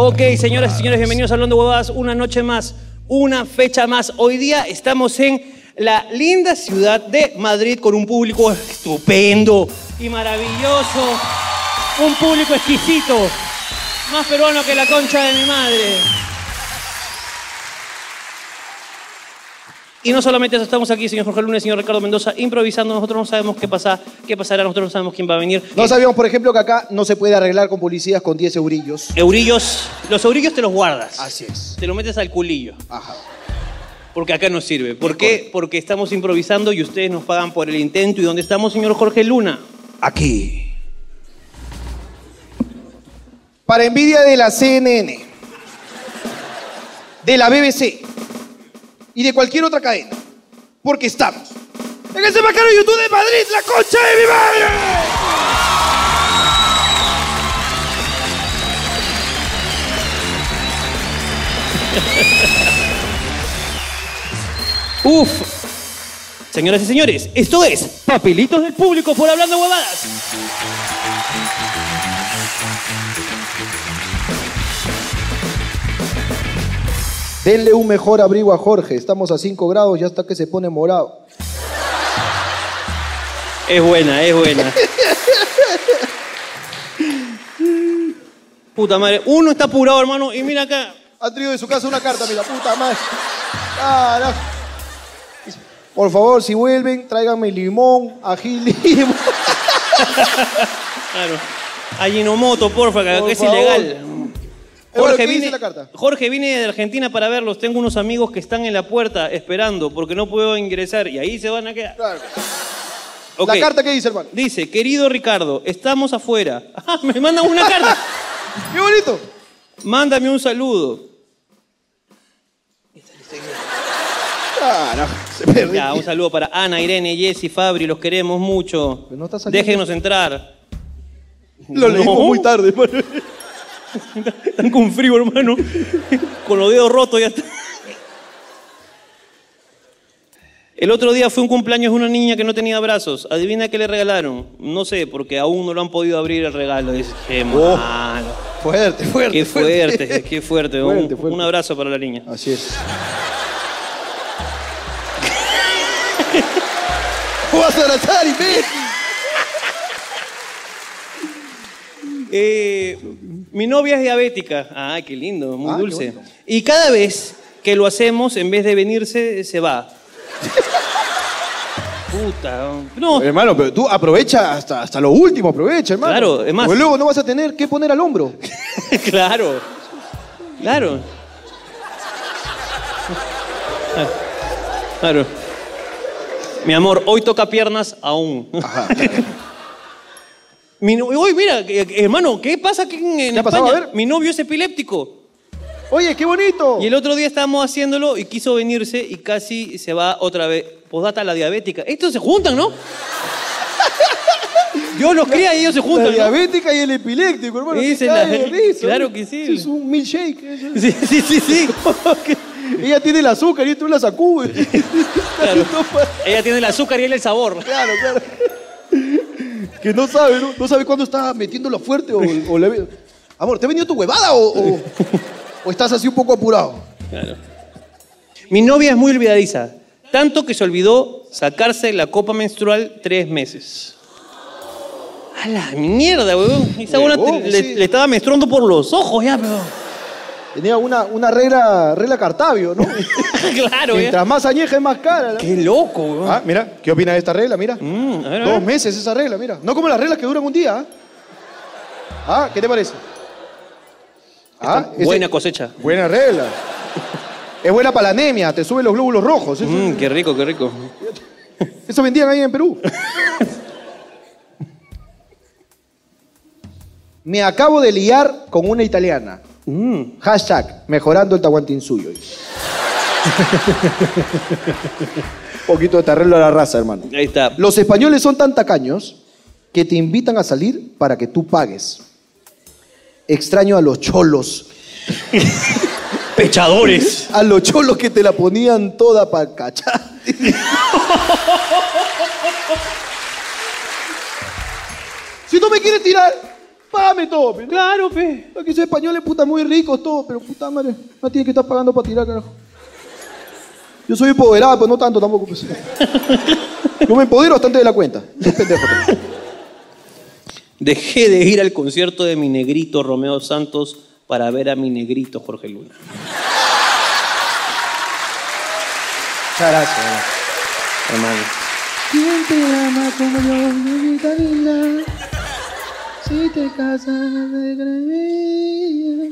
Speaker 1: Ok, señoras y señores, bienvenidos a Hablando Huevadas. Una noche más, una fecha más. Hoy día estamos en la linda ciudad de Madrid con un público estupendo y maravilloso. Un público exquisito. Más peruano que la concha de mi madre. Y no solamente eso, estamos aquí, señor Jorge Lunes, señor Ricardo Mendoza, improvisando. Nosotros no sabemos qué, pasa, qué pasará, nosotros no sabemos quién va a venir.
Speaker 2: No sabíamos, por ejemplo, que acá no se puede arreglar con policías con 10 eurillos.
Speaker 1: Eurillos, los eurillos te los guardas. Así es. Te los metes al culillo. Ajá. Porque acá no sirve. ¿Por qué? Porque estamos improvisando y ustedes nos pagan por el intento. ¿Y dónde estamos, señor Jorge Luna?
Speaker 2: Aquí.
Speaker 3: Para envidia de la CNN, de la BBC y de cualquier otra cadena, porque estamos
Speaker 6: ¡En ese macaro YouTube de Madrid, la concha de mi madre!
Speaker 1: Uf. Señoras y señores, esto es Papelitos del Público por Hablando Huevadas.
Speaker 2: Denle un mejor abrigo a Jorge. Estamos a 5 grados y hasta que se pone morado.
Speaker 1: Es buena, es
Speaker 2: [LAUGHS]
Speaker 1: buena. Puta madre, uno está apurado, hermano, y mira acá.
Speaker 2: Ha traído de su casa una carta, mira, puta madre. Carajo. Por favor, si vuelven, tráiganme limón, ají, [LAUGHS] limón.
Speaker 1: Claro. Ajinomoto, porfa, que
Speaker 2: Por
Speaker 1: es
Speaker 2: favor.
Speaker 1: ilegal.
Speaker 2: Bueno, ¿qué
Speaker 1: Jorge
Speaker 2: dice
Speaker 1: vine,
Speaker 2: la carta?
Speaker 1: Jorge, vine de Argentina para verlos. Tengo unos amigos que están en la puerta esperando porque no puedo ingresar y ahí se van a quedar.
Speaker 2: ¿La carta
Speaker 1: qué dice, hermano? Dice, querido Ricardo, estamos afuera. [LAUGHS] Ah, me mandan una carta.
Speaker 2: [LAUGHS]
Speaker 1: ¡Qué bonito! Mándame un saludo. Ya, un saludo para Ana, Irene, Jessy, Fabri, los queremos mucho.
Speaker 2: saliendo.
Speaker 1: Déjenos entrar.
Speaker 2: Lo leímos muy
Speaker 1: tarde, hermano. Están con frío, hermano. Con los dedos rotos ya está. El otro día fue un cumpleaños de una niña que no tenía brazos. Adivina qué le regalaron. No sé, porque aún no lo han podido abrir el regalo. Dice, qué malo.
Speaker 2: Fuerte, fuerte.
Speaker 1: Qué fuerte, qué fuerte. Un-
Speaker 2: Fuerte,
Speaker 1: Un, abrazo para la niña.
Speaker 2: Así es.
Speaker 1: vas a abrazar, Eh, mi novia es diabética. Ah, qué lindo, muy dulce. Y cada vez que lo hacemos, en vez de venirse, se va. Puta. No.
Speaker 2: [LAUGHS] Hermano, pero tú aprovecha hasta, hasta lo último, aprovecha, hermano.
Speaker 1: Claro, es más-
Speaker 2: Porque luego no vas a tener que poner
Speaker 1: [LAUGHS]
Speaker 2: al hombro.
Speaker 1: claro. Claro. Ah, Claro. Mi amor, hoy toca piernas aún. Mi no- uy, mira, eh, hermano, ¿qué pasa aquí en, en
Speaker 2: ha pasado?
Speaker 1: España?
Speaker 2: A ver.
Speaker 1: Mi novio es epiléptico. Oye, qué bonito. Y el otro día estábamos haciéndolo y quiso venirse y casi se va otra vez. Posdata la diabética. Estos se juntan, ¿no? Dios los cría y ellos se juntan.
Speaker 2: La
Speaker 1: ¿no?
Speaker 2: diabética y el epiléptico, hermano.
Speaker 1: Sí,
Speaker 2: que
Speaker 1: se la-
Speaker 2: cae de risa,
Speaker 1: claro
Speaker 2: ¿no?
Speaker 1: que sí.
Speaker 2: Eso Es un milkshake. [LAUGHS]
Speaker 1: Sí, sí, sí, sí. [LAUGHS]
Speaker 2: Ella tiene el azúcar y tú la sacudes.
Speaker 1: Claro. Ella tiene el azúcar y él el sabor.
Speaker 2: [LAUGHS] Claro, claro. Que no sabe, ¿no? No sabe cuándo está metiéndolo fuerte o, o le- Amor, ¿te ha venido tu huevada o, o- o estás así un poco apurado?
Speaker 1: Mi novia es muy olvidadiza, tanto que se olvidó sacarse la copa menstrual tres meses. A la mierda, weón. Esa buena
Speaker 2: Huevón,
Speaker 1: te- le,
Speaker 2: sí.
Speaker 1: le estaba menstruando por los ojos ya,
Speaker 2: [LAUGHS]
Speaker 1: pero.
Speaker 2: Tenía una, una regla, regla
Speaker 1: [LAUGHS]
Speaker 2: Cartavio, ¿no?
Speaker 1: claro, ya.
Speaker 2: Mientras más añeja es más cara.
Speaker 1: Qué loco, weón.
Speaker 2: Ah, mira, ¿qué opina de esta regla? Mira.
Speaker 1: a
Speaker 2: Dos
Speaker 1: ver.
Speaker 2: meses esa regla, mira. No como las reglas que duran un día. ¿ah? Ah, ¿qué te parece? Ah, ese-
Speaker 1: Buena cosecha.
Speaker 2: buena regla. Es buena para la anemia, te suben los glóbulos rojos. Eso,
Speaker 1: Mm, qué rico, qué rico.
Speaker 2: eso vendían ahí en [LAUGHS] Perú. Me acabo de liar con una italiana. Mm. Hashtag, mejorando el [LAUGHS] tahuantinsuyo. Poquito de terreno a la raza, hermano.
Speaker 1: Ahí está.
Speaker 2: Los españoles son tan tacaños que te invitan a salir para que tú pagues. Extraño a los cholos.
Speaker 1: Pechadores.
Speaker 2: A los cholos que te la ponían toda para cachar. [LAUGHS] Si no me quieres tirar, Págame todo, pe. Claro, pe. Aquí soy españoles, puta, muy ricos, todo, pero puta madre, no tiene que estar pagando para tirar, carajo. Yo soy empoderado, pero no tanto tampoco. [LAUGHS] Pues. Yo me empodero bastante de la cuenta. Soy pendejo, pe.
Speaker 1: Dejé de ir al concierto de mi negrito Romeo Santos para ver a mi negrito Jorge Luna.
Speaker 2: Muchas gracias,
Speaker 1: hermano.
Speaker 6: ¿Quién te ama como yo, mi vida linda? Si te casas de creer.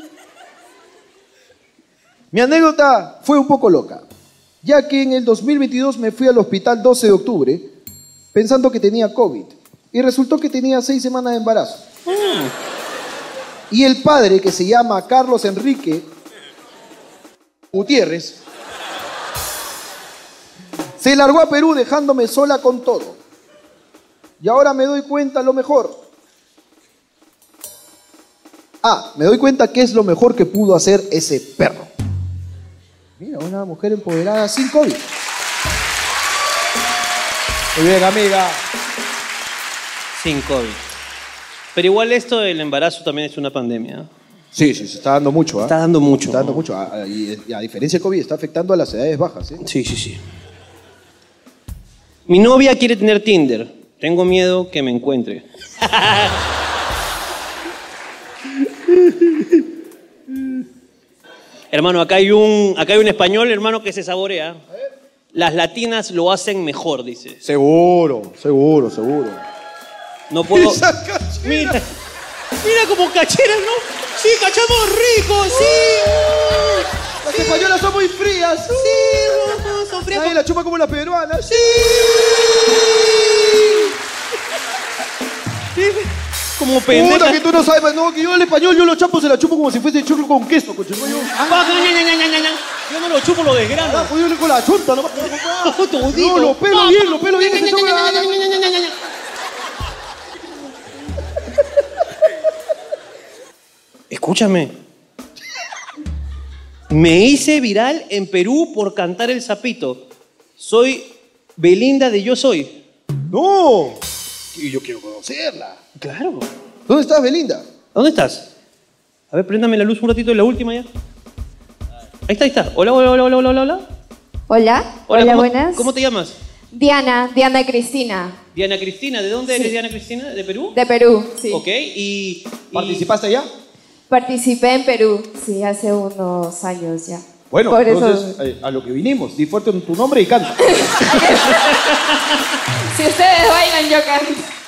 Speaker 2: Mi anécdota fue un poco loca, ya que en el 2022 me fui al hospital 12 de octubre pensando que tenía COVID y resultó que tenía seis semanas de embarazo.
Speaker 6: Ah.
Speaker 2: Y el padre, que se llama Carlos Enrique Gutiérrez, se largó a Perú dejándome sola con todo. Y ahora me doy cuenta lo mejor. Ah, me doy cuenta que es lo mejor que pudo hacer ese perro. Mira, una mujer empoderada sin COVID. Muy bien, amiga.
Speaker 1: Sin COVID. Pero igual esto del embarazo también es una pandemia. ¿eh?
Speaker 2: Sí, sí, se está dando mucho. ¿ah?
Speaker 1: Está dando mucho.
Speaker 2: Está dando mucho. Ah, ah, Y y a diferencia del COVID, está afectando a las edades bajas. ¿eh?
Speaker 1: Sí, sí, sí. Mi novia quiere tener Tinder. Tengo miedo que me encuentre. [LAUGHS] hermano, acá hay, un, acá hay un español, hermano, que se saborea. Las latinas lo hacen mejor, dice.
Speaker 2: Seguro, seguro, [LAUGHS] seguro.
Speaker 1: No puedo. [LAUGHS]
Speaker 6: Mira, mira como cacheras, ¿no? Sí, cachamos rico, sí. Las españolas son muy frías. Sí, no, son frías.
Speaker 2: Nadie la chupa como las peruanas.
Speaker 1: Como
Speaker 2: pendeja.
Speaker 6: pendeja.
Speaker 2: que tú no sabes, pues, no, que yo el español, yo lo chapo, se la chupo como si fuese choclo con queso, coche. no, Yo,
Speaker 1: yo no lo chupo, lo desgrano.
Speaker 2: Carajo, pues yo le con la chunta, no No, lo pelo bien, lo pelo bien, que se choque.
Speaker 1: Escúchame. Me hice viral en Perú por cantar el sapito. Soy Belinda de Yo Soy.
Speaker 2: ¡No! Y yo quiero conocerla.
Speaker 1: Claro.
Speaker 2: ¿Dónde estás, Belinda?
Speaker 1: ¿Dónde estás? A ver, préndame la luz un ratito y la última ya. Ahí está, ahí está. Hola, hola, hola, hola, hola, hola. Hola,
Speaker 13: Hola, hola,
Speaker 1: ¿cómo,
Speaker 13: buenas.
Speaker 1: ¿Cómo te llamas?
Speaker 13: Diana, Diana Cristina,
Speaker 1: Diana Cristina. ¿De dónde eres, Diana Cristina? ¿De Perú?
Speaker 13: de Perú, sí.
Speaker 1: Ok, y...
Speaker 2: ¿Participaste allá?
Speaker 13: Participé en Perú, sí, hace unos años ya.
Speaker 2: Bueno,
Speaker 13: Por eso-
Speaker 2: entonces, eh, a lo que vinimos, di fuerte tu nombre y canta.
Speaker 13: Si ustedes bailan, yo canto.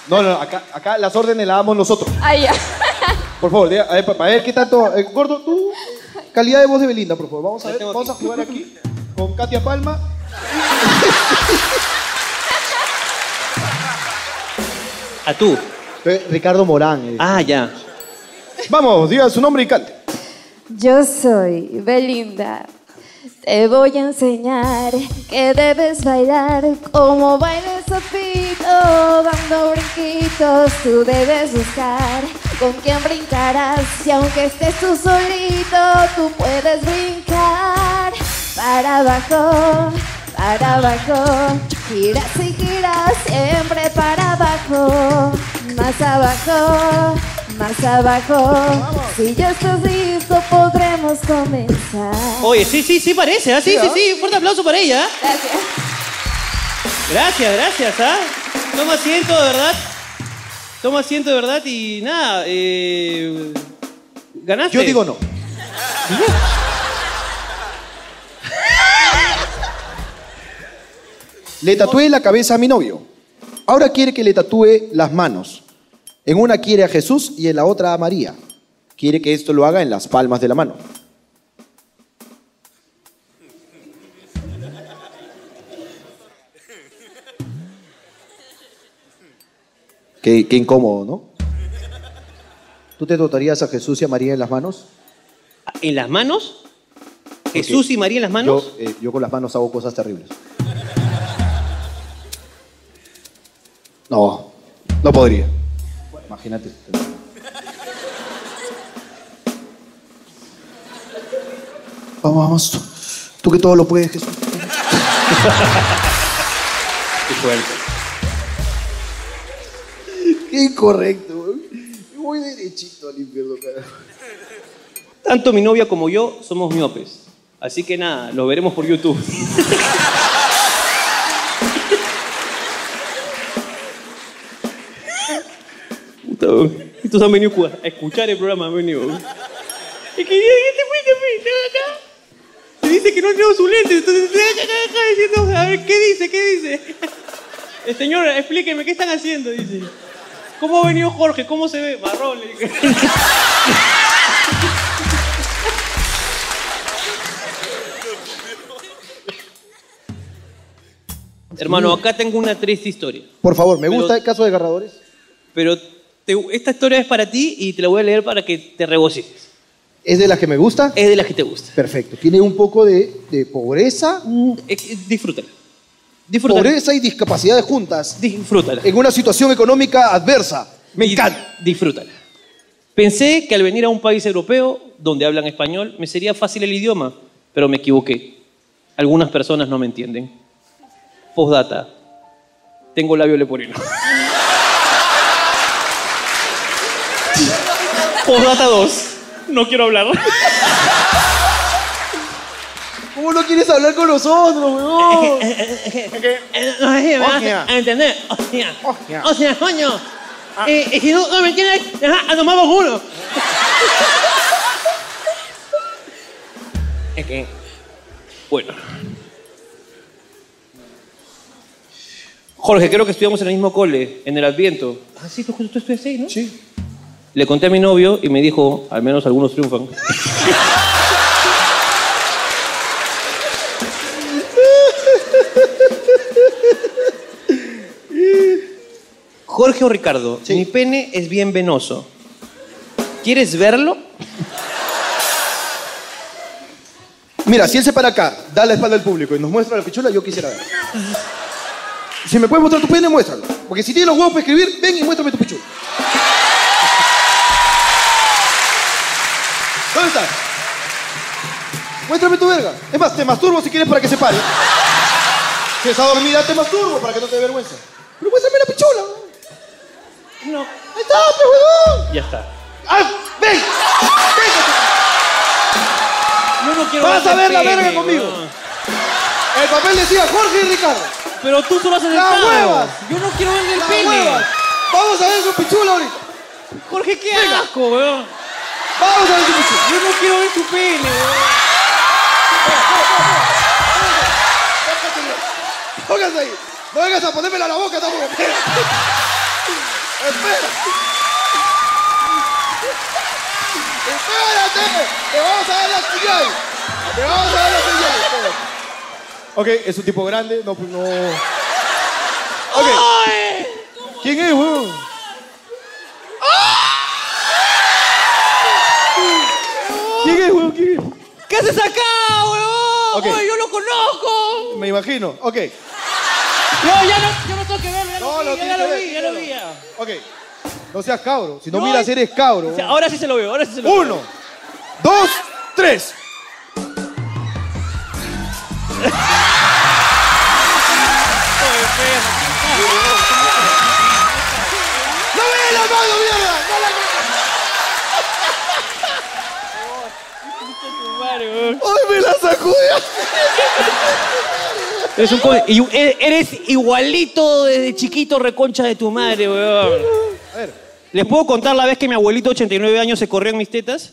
Speaker 2: No, no, acá, acá las órdenes las damos nosotros.
Speaker 13: Ay, ya.
Speaker 2: Por favor, diga, a ver, para ver qué tanto. eh, gordo, tú, eh, calidad de voz de Belinda, por favor. Vamos a ver, vamos a jugar aquí con Katia Palma.
Speaker 1: ¿A Ah, tú?
Speaker 2: Ricardo Morán. eh.
Speaker 1: Ah, ya.
Speaker 2: Vamos, diga su nombre y cante.
Speaker 13: Yo soy Belinda. Te voy a enseñar que debes bailar como baila el sapito, dando brinquitos. Tú debes buscar con quién brincarás y aunque estés tú solito, tú puedes brincar para abajo, para abajo. Giras y giras siempre para abajo, más abajo, más abajo. Si ya estás listo, podremos comenzar.
Speaker 1: Oye, sí, sí, sí parece. ¿ah? Sí, sí, sí. Fuerte aplauso para ella. ¿ah?
Speaker 13: Gracias.
Speaker 1: Gracias, gracias, ¿ah? Toma asiento, de verdad. Toma asiento, de verdad, y nada, eh, ¿ganaste?
Speaker 2: Yo digo no. [LAUGHS] Le tatué la cabeza a mi novio. Ahora quiere que le tatúe las manos. En una quiere a Jesús y en la otra a María. Quiere que esto lo haga en las palmas de la mano. Qué, qué incómodo, ¿no? ¿Tú te tatuarías a Jesús y a María en las manos?
Speaker 1: ¿En las manos? ¿Jesús y María en las manos?
Speaker 2: Yo, eh, yo con las manos hago cosas terribles. No, no podría. Imagínate. Vamos, vamos. Tú, tú que todo lo puedes, Jesús.
Speaker 1: Qué fuerte.
Speaker 2: Qué incorrecto. weón. Muy derechito. y pierdo cara.
Speaker 1: Tanto mi novia como yo somos miopes. Así que nada, lo veremos por YouTube. [LAUGHS] Puta, weón. Estos han venido a escuchar el programa, han venido. weón. Es que ya te fuiste, pues, te acá. Se dice que no tengo su lente, entonces eh, te acá, acá, acá, diciendo, a ver, ¿qué dice? ¿Qué dice? [LAUGHS] El señor, explíqueme, ¿qué están haciendo? Dice. ¿Cómo ha venido Jorge? ¿Cómo se ve? Marrón, le dije. Hermano, acá tengo una triste historia.
Speaker 2: Por favor, me
Speaker 1: Pero-
Speaker 2: gusta el caso de agarradores.
Speaker 1: Pero te- esta historia es para ti y te la voy a leer para que te regocijes.
Speaker 2: ¿Es de las que me gusta?
Speaker 1: Es de las que te gusta.
Speaker 2: Perfecto. Tiene un poco de, de pobreza.
Speaker 1: Eh, Disfrútala. disfrútala.
Speaker 2: Pobreza y discapacidades juntas.
Speaker 1: Disfrútala.
Speaker 2: En una situación económica adversa.
Speaker 1: Me encanta. Disfrútala. Pensé que al venir a un país europeo donde hablan español me sería fácil el idioma, pero me equivoqué. Algunas personas no me entienden. Postdata. Tengo labio [LAUGHS] leporino. Postdata 2. No quiero hablar.
Speaker 2: ¿Cómo no quieres hablar con nosotros, weón?
Speaker 1: No sé si me vas
Speaker 2: Hostia.
Speaker 1: [LAUGHS] a entender. Hostia. Hostia, coño. Eh, eh, si no, no me entiendes, deja a tomar por culo. Es que. Bueno. Jorge, creo que estudiamos en el mismo cole, en el Adviento. Ah, sí, tú, tú estudiaste ahí, ¿no? Sí. Le conté a mi novio y me dijo, al menos algunos triunfan. Jorge o Ricardo, mi pene es bien venoso. ¿Quieres verlo?
Speaker 2: Mira, si él se para acá, da la espalda al público y nos muestra la pichula, yo quisiera ver. Si me puedes mostrar tu pene, muéstralo. Porque si tienes los huevos para escribir, ven y muéstrame tu pichula. ¿Dónde está? Muéstrame tu verga. Es más, te masturbo si quieres para que se pare. Si está dormida, te masturbo para que no te dé vergüenza. Pero muéstrame la pichula.
Speaker 1: No.
Speaker 2: ¡Ahí está, pues, huevón!
Speaker 1: Ya está.
Speaker 2: ¡Ah, ven!
Speaker 1: Yo no quiero
Speaker 2: Vas a
Speaker 1: darte
Speaker 2: ver la
Speaker 1: pene,
Speaker 2: verga conmigo.
Speaker 1: weón.
Speaker 2: El papel decía Jorge y Ricardo.
Speaker 1: Pero tú solo haces el
Speaker 2: ¡Las
Speaker 1: pavo.
Speaker 2: huevas!
Speaker 1: Yo no quiero verle el
Speaker 2: ¡Las
Speaker 1: pene.
Speaker 2: huevas! Vamos a ver su pichula ahorita.
Speaker 1: Jorge, qué asco, weón.
Speaker 2: Vamos a ver su pichula.
Speaker 1: Yo no quiero ver tu pene, weón.
Speaker 2: Póngase ahí. No vengas a ponérmela a la
Speaker 3: [LAUGHS]
Speaker 2: boca tampoco. Espera. Espérate. Te vamos a ver la señal. Te vamos a ver la señal. Espera.
Speaker 3: Ok, es un tipo grande. No, pues, no. Ok. ¿Quién es, weón? ¿Quién es, weón? ¿Quién es?
Speaker 1: ¿Qué haces acá, weón?
Speaker 3: Ok.
Speaker 1: Oye, yo lo conozco.
Speaker 3: Me imagino. Ok.
Speaker 1: No, ya no, yo no tengo que verlo. Ya
Speaker 3: No,
Speaker 1: lo
Speaker 3: lo
Speaker 1: vi, ya
Speaker 3: tiene
Speaker 1: lo
Speaker 3: que
Speaker 1: vi,
Speaker 3: ver,
Speaker 1: ya lo
Speaker 3: claro.
Speaker 1: vi. ya.
Speaker 3: Ok. No seas cabro. Si no,
Speaker 1: No,
Speaker 3: miras,
Speaker 1: es-
Speaker 3: eres cabro.
Speaker 1: O sea, ahora sí se lo veo, ahora sí se lo veo.
Speaker 3: Uno, dos, tres.
Speaker 2: ¡No me la mano, mierda! ¡No la ¡Ay, me la sacudió!
Speaker 1: Eres, un co- y- e- eres igualito desde chiquito, reconcha de tu madre, weón.
Speaker 3: A ver.
Speaker 1: ¿Les puedo contar la vez que mi abuelito, 89 años, se corrió en mis tetas?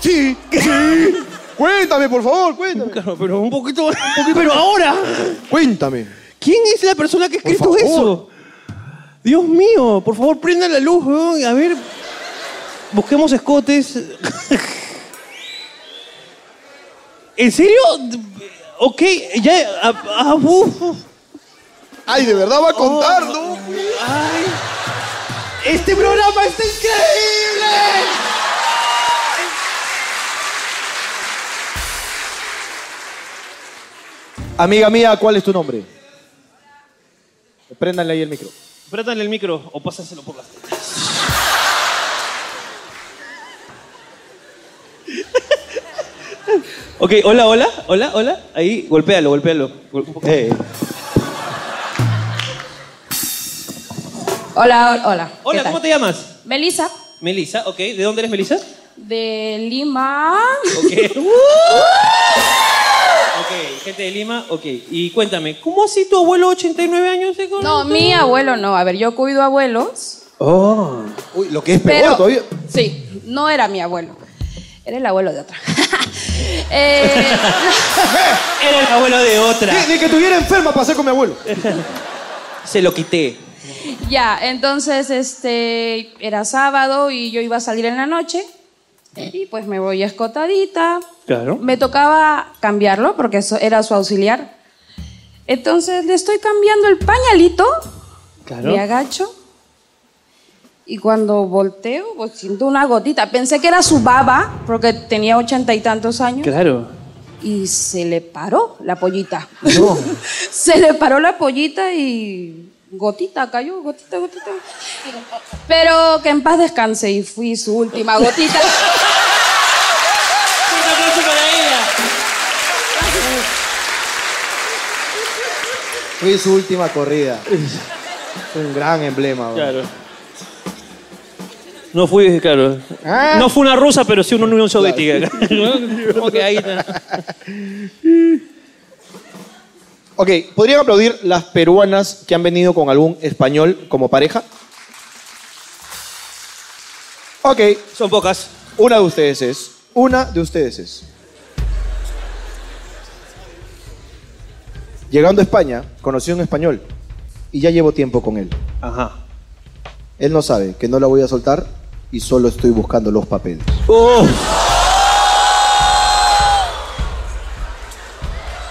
Speaker 3: Sí, sí. Cuéntame, por favor, cuéntame.
Speaker 1: pero un poquito, pero ahora.
Speaker 3: Cuéntame.
Speaker 1: ¿Quién es la persona que ha escrito eso? Dios mío, por favor, prenda la luz, weón. A ver, busquemos escotes. [LAUGHS] ¿En serio? Ok, ya... ah, ah, uf, uf.
Speaker 2: Ay, de verdad va a contar,
Speaker 3: Oh.
Speaker 2: ¿no?
Speaker 1: Este programa está increíble.
Speaker 3: Amiga mía, ¿cuál es tu nombre? Préndanle ahí el micro.
Speaker 1: Préndale el micro o pásaselo por las tetas. ok, hola, hola, hola, hola. Ahí, golpéalo, golpéalo. Gol- un poco.
Speaker 15: Hola, hola.
Speaker 1: Hola, ¿cómo te llamas?
Speaker 15: Melissa,
Speaker 1: Melissa, ok. ¿De dónde eres, [LAUGHS] Melissa?
Speaker 15: de Lima.
Speaker 1: Ok. ok, gente de Lima, ok. Y cuéntame, ¿cómo así tu abuelo 89 años? de
Speaker 15: No,
Speaker 1: conoce?
Speaker 15: mi abuelo no. A ver, yo cuido abuelos.
Speaker 1: Oh. Uy,
Speaker 6: lo que es
Speaker 15: peor Pero-
Speaker 6: todavía.
Speaker 15: Sí, no era mi abuelo. Era el abuelo de otra. [LAUGHS] Eh,
Speaker 1: Era el abuelo de otra.
Speaker 2: Ni, ni que estuviera enferma pasé con mi abuelo.
Speaker 1: Se lo quité.
Speaker 15: ya, entonces este era sábado y yo iba a salir en la noche. Y pues me voy escotadita.
Speaker 1: Claro.
Speaker 15: Me tocaba cambiarlo porque eso era su auxiliar. Entonces le estoy cambiando el pañalito Me agacho y cuando volteo, pues siento una gotita. Pensé que era su baba, porque tenía ochenta y tantos años.
Speaker 1: Claro.
Speaker 15: Y se le paró la pollita. [LAUGHS] se le paró la pollita y gotita cayó, gotita, gotita. Pero que en paz descanse y fui su última gotita.
Speaker 1: Un aplauso para ella.
Speaker 6: Fue su última
Speaker 2: [LAUGHS]
Speaker 6: corrida. Un gran emblema. bro.
Speaker 1: Claro. No fui, claro.
Speaker 2: Ah.
Speaker 1: No fue una rusa, pero sí una Unión Soviética. Como que ahí está.
Speaker 2: Ok, ¿podrían aplaudir las peruanas que han venido con algún español como pareja? Ok.
Speaker 1: Son pocas.
Speaker 2: Una de ustedes es. Una de ustedes es. Llegando a España, conocí a un español y ya llevo tiempo con él.
Speaker 1: Ajá.
Speaker 2: Él no sabe que no la voy a soltar y solo estoy buscando los papeles.
Speaker 1: Oh.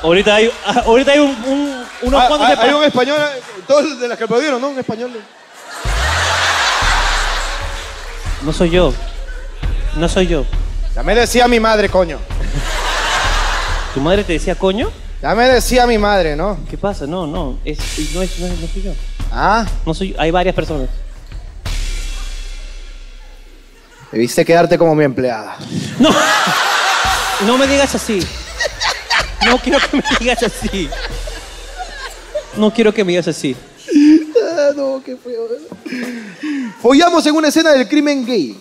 Speaker 1: Ahorita hay, ah, ahorita hay un, un- unos
Speaker 2: Ah,
Speaker 1: cuantos
Speaker 2: ah,
Speaker 1: de pa-
Speaker 2: hay un español, eh, todos de las que aplaudieron, ¿no? Un español.
Speaker 1: No soy yo. No soy yo.
Speaker 2: Ya me decía mi madre, coño.
Speaker 1: ¿Tu madre te decía coño?
Speaker 2: Ya me decía mi madre, ¿no?
Speaker 1: ¿Qué pasa? No, no. Es, no, es, no, es- no soy yo.
Speaker 2: Ah.
Speaker 1: No soy yo. Hay varias personas.
Speaker 2: Debiste quedarte como mi empleada.
Speaker 1: No. [LAUGHS] No me digas así. No quiero que me digas así. No quiero que me digas así.
Speaker 2: Ah, no, qué feo. Follamos en una escena del crimen gay.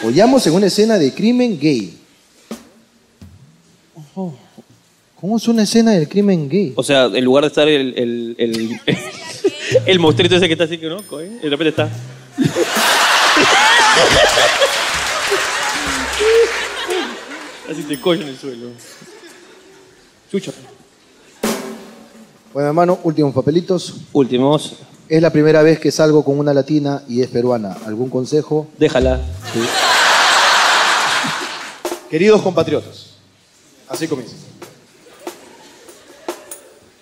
Speaker 2: Follamos en una escena de crimen gay. ¿Cómo es una escena del crimen gay?
Speaker 1: O sea, en lugar de estar el. el, el, el monstruito ese que está así, ¿no? Coe, De repente está. Así te coño en el suelo. Chucha.
Speaker 2: Bueno, hermano, últimos papelitos.
Speaker 1: Últimos.
Speaker 2: Es la primera vez que salgo con una latina y es peruana. ¿Algún consejo?
Speaker 1: Déjala.
Speaker 2: Queridos compatriotas, así comienza.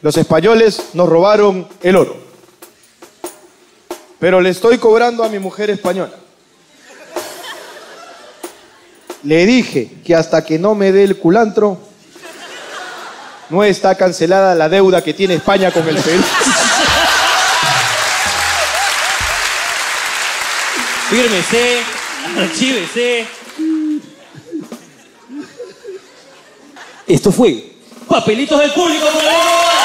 Speaker 2: Los españoles nos robaron el oro. Pero le estoy cobrando a mi mujer española. Le dije que hasta que no me dé el culantro, no está cancelada la deuda que tiene España con el Perú.
Speaker 1: Fírmese, archívese. Esto fue Papelitos del Público por la Hora.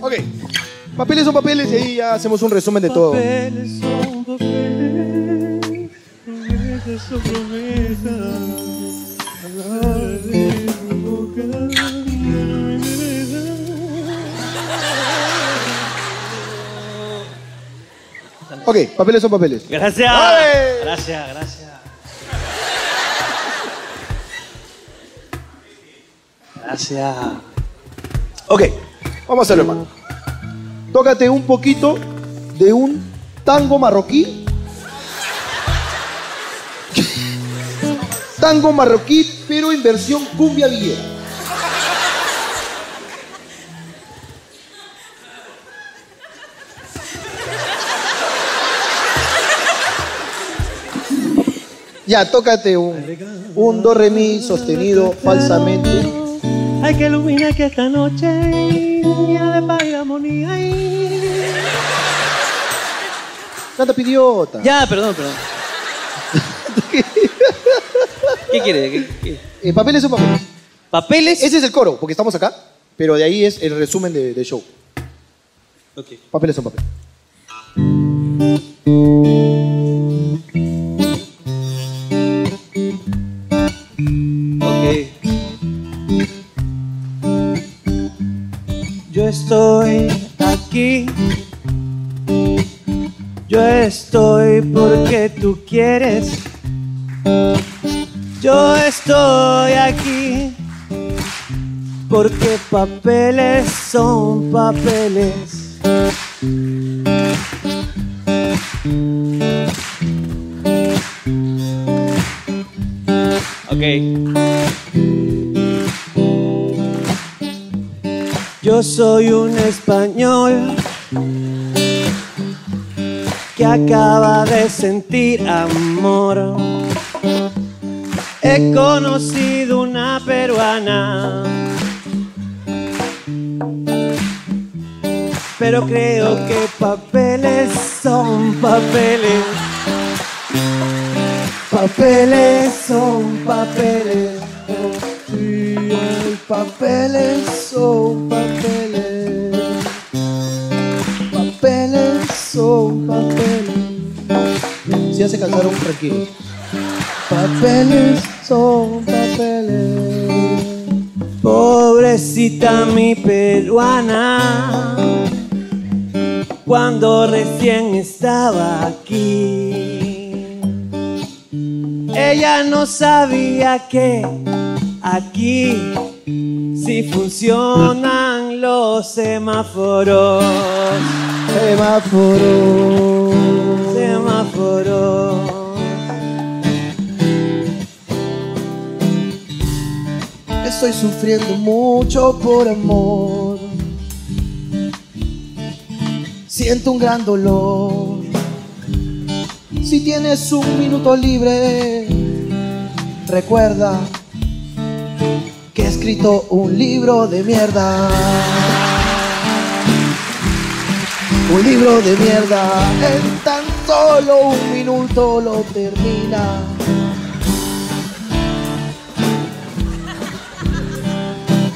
Speaker 2: Ok, papeles son papeles y ahí ya hacemos un resumen de todo.
Speaker 16: Papeles son papeles, promesas son promesas. Hablar de tu boca ya no me
Speaker 2: Ok, papeles son papeles.
Speaker 1: Gracias.
Speaker 2: ¡Ole!
Speaker 1: Gracias, gracias. Gracias.
Speaker 2: Ok, vamos a hacerlo, hermano. Tócate un poquito de un tango marroquí. [LAUGHS] tango marroquí, pero en versión cumbia villera. Ya, tócate un, un do re mi sostenido falsamente.
Speaker 16: Hay que iluminar que esta noche llena de paz y de armonía. ay.
Speaker 2: Canta pidiota.
Speaker 1: Ya, perdón, perdón. [LAUGHS] ¿Qué quiere? ¿Qué- qué?
Speaker 2: Eh, papeles son papeles.
Speaker 1: ¿Papeles?
Speaker 2: Ese es el coro, porque estamos acá, pero de ahí es el resumen de- del show.
Speaker 1: Ok.
Speaker 2: Papeles son papeles.
Speaker 16: Yo estoy aquí. Yo estoy porque tú quieres. Yo estoy aquí porque papeles son papeles.
Speaker 1: Ok.
Speaker 16: Yo soy un español que acaba de sentir amor. He conocido una peruana, pero creo que papeles son papeles. Papeles son papeles. Sí, ay, papeles son papeles. Papeles son papeles.
Speaker 2: Si ya se cansaron, tranquilos.
Speaker 16: Papeles son papeles. Pobrecita mi peruana, cuando recién estaba aquí, ella no sabía que aquí sí funcionan los semáforos. Semáforos. Semáforos.
Speaker 17: Estoy sufriendo mucho por amor. Siento un gran dolor. Si tienes un minuto libre, recuerda que he escrito un libro de mierda. Un libro de mierda. En tan solo un minuto lo termina.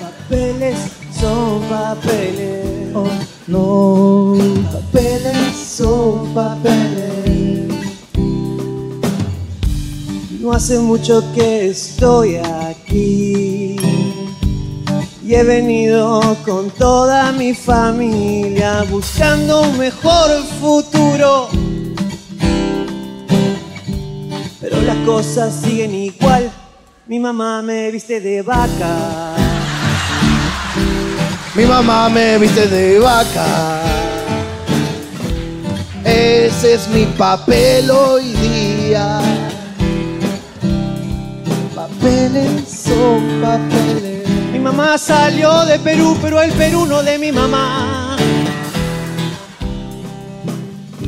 Speaker 16: Papeles son papeles. Oh, no. Papeles son papeles. No hace mucho que estoy aquí. Y he venido con toda mi familia buscando un mejor futuro. Pero las cosas siguen igual. Mi mamá me viste de vaca.
Speaker 17: Mi mamá me viste de vaca. Ese es mi papel hoy día. Papeles son papeles.
Speaker 16: Mi mamá salió de Perú, pero el Perú no de mi mamá.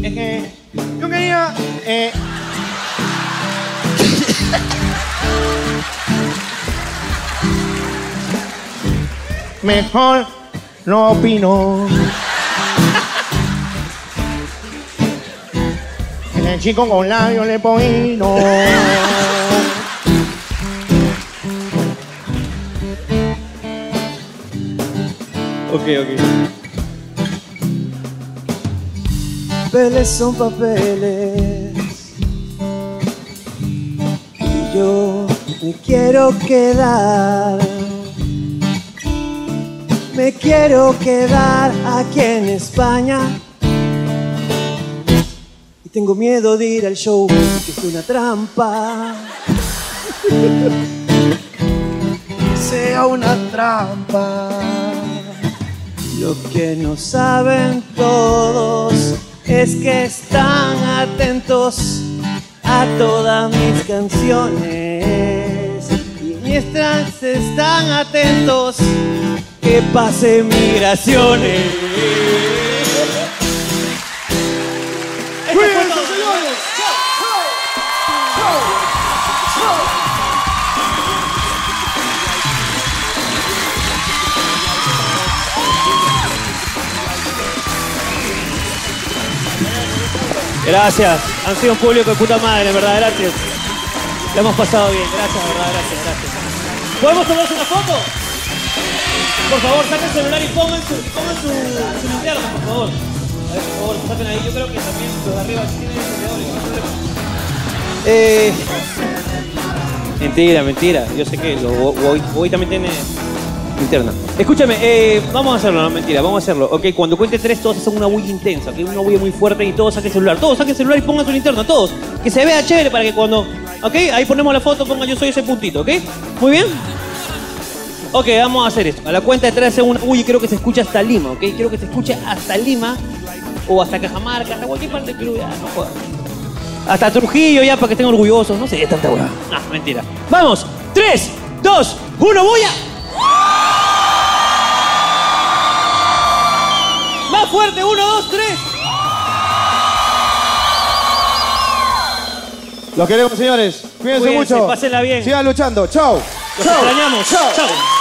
Speaker 3: Eje. Yo quería. eh, Mejor no opino. En el chico con labios le poino.
Speaker 1: Ok, ok.
Speaker 16: Papeles son papeles. Y yo me quiero quedar. Me quiero quedar aquí en España. Y tengo miedo de ir al show, que es
Speaker 17: [LAUGHS]
Speaker 16: una trampa.
Speaker 17: Sea una trampa.
Speaker 16: Lo que no saben todos es que están atentos a todas mis canciones. Y mientras están atentos, que pase migraciones.
Speaker 6: ¡Cuídense, señores!
Speaker 1: Gracias. Han sido un público de puta madre, en verdad. Gracias. Lo hemos pasado bien. Gracias, de verdad. Gracias, gracias. ¿Podemos tomarse una foto? Por favor, saquen el celular y pongan su, pongan su, su linterna, por favor. A ver, por favor, saquen ahí. Yo creo que también los de arriba tienen encendedores. no hay problema. Eh, mentira, mentira. Yo sé que los Wo- Wo- Woi también tiene linterna. Escúchame, eh, vamos a hacerlo, no mentira, vamos a hacerlo. Ok, cuando cuente tres, todos hacen una bulla intensa, que una bulla muy fuerte y todos saquen celular. Todos saquen celular y pongan su linterna, todos. Que se vea chévere para que cuando. Ok, ahí ponemos la foto, pongan yo soy ese puntito, ¿ok? Muy bien. Ok, vamos a hacer esto. A la cuenta de tres hacen una bulla y creo que se escucha hasta Lima, ¿ok? Quiero que se escuche hasta Lima o hasta Cajamarca, hasta cualquier parte del Perú, ya, no jodas. Hasta Trujillo ya, para que estén orgullosos. No sé, es tanta hueá. Ah, mentira. Vamos, 3, 2, 1, bulla. Más fuerte, 1, 2, 3.
Speaker 3: Los queremos, señores. Cuídense,
Speaker 1: Cuídense,
Speaker 3: mucho.
Speaker 1: pásenla bien.
Speaker 3: Sigan luchando. Chao.
Speaker 1: Los
Speaker 3: Chao.
Speaker 1: extrañamos.
Speaker 3: Chao.
Speaker 1: Chao.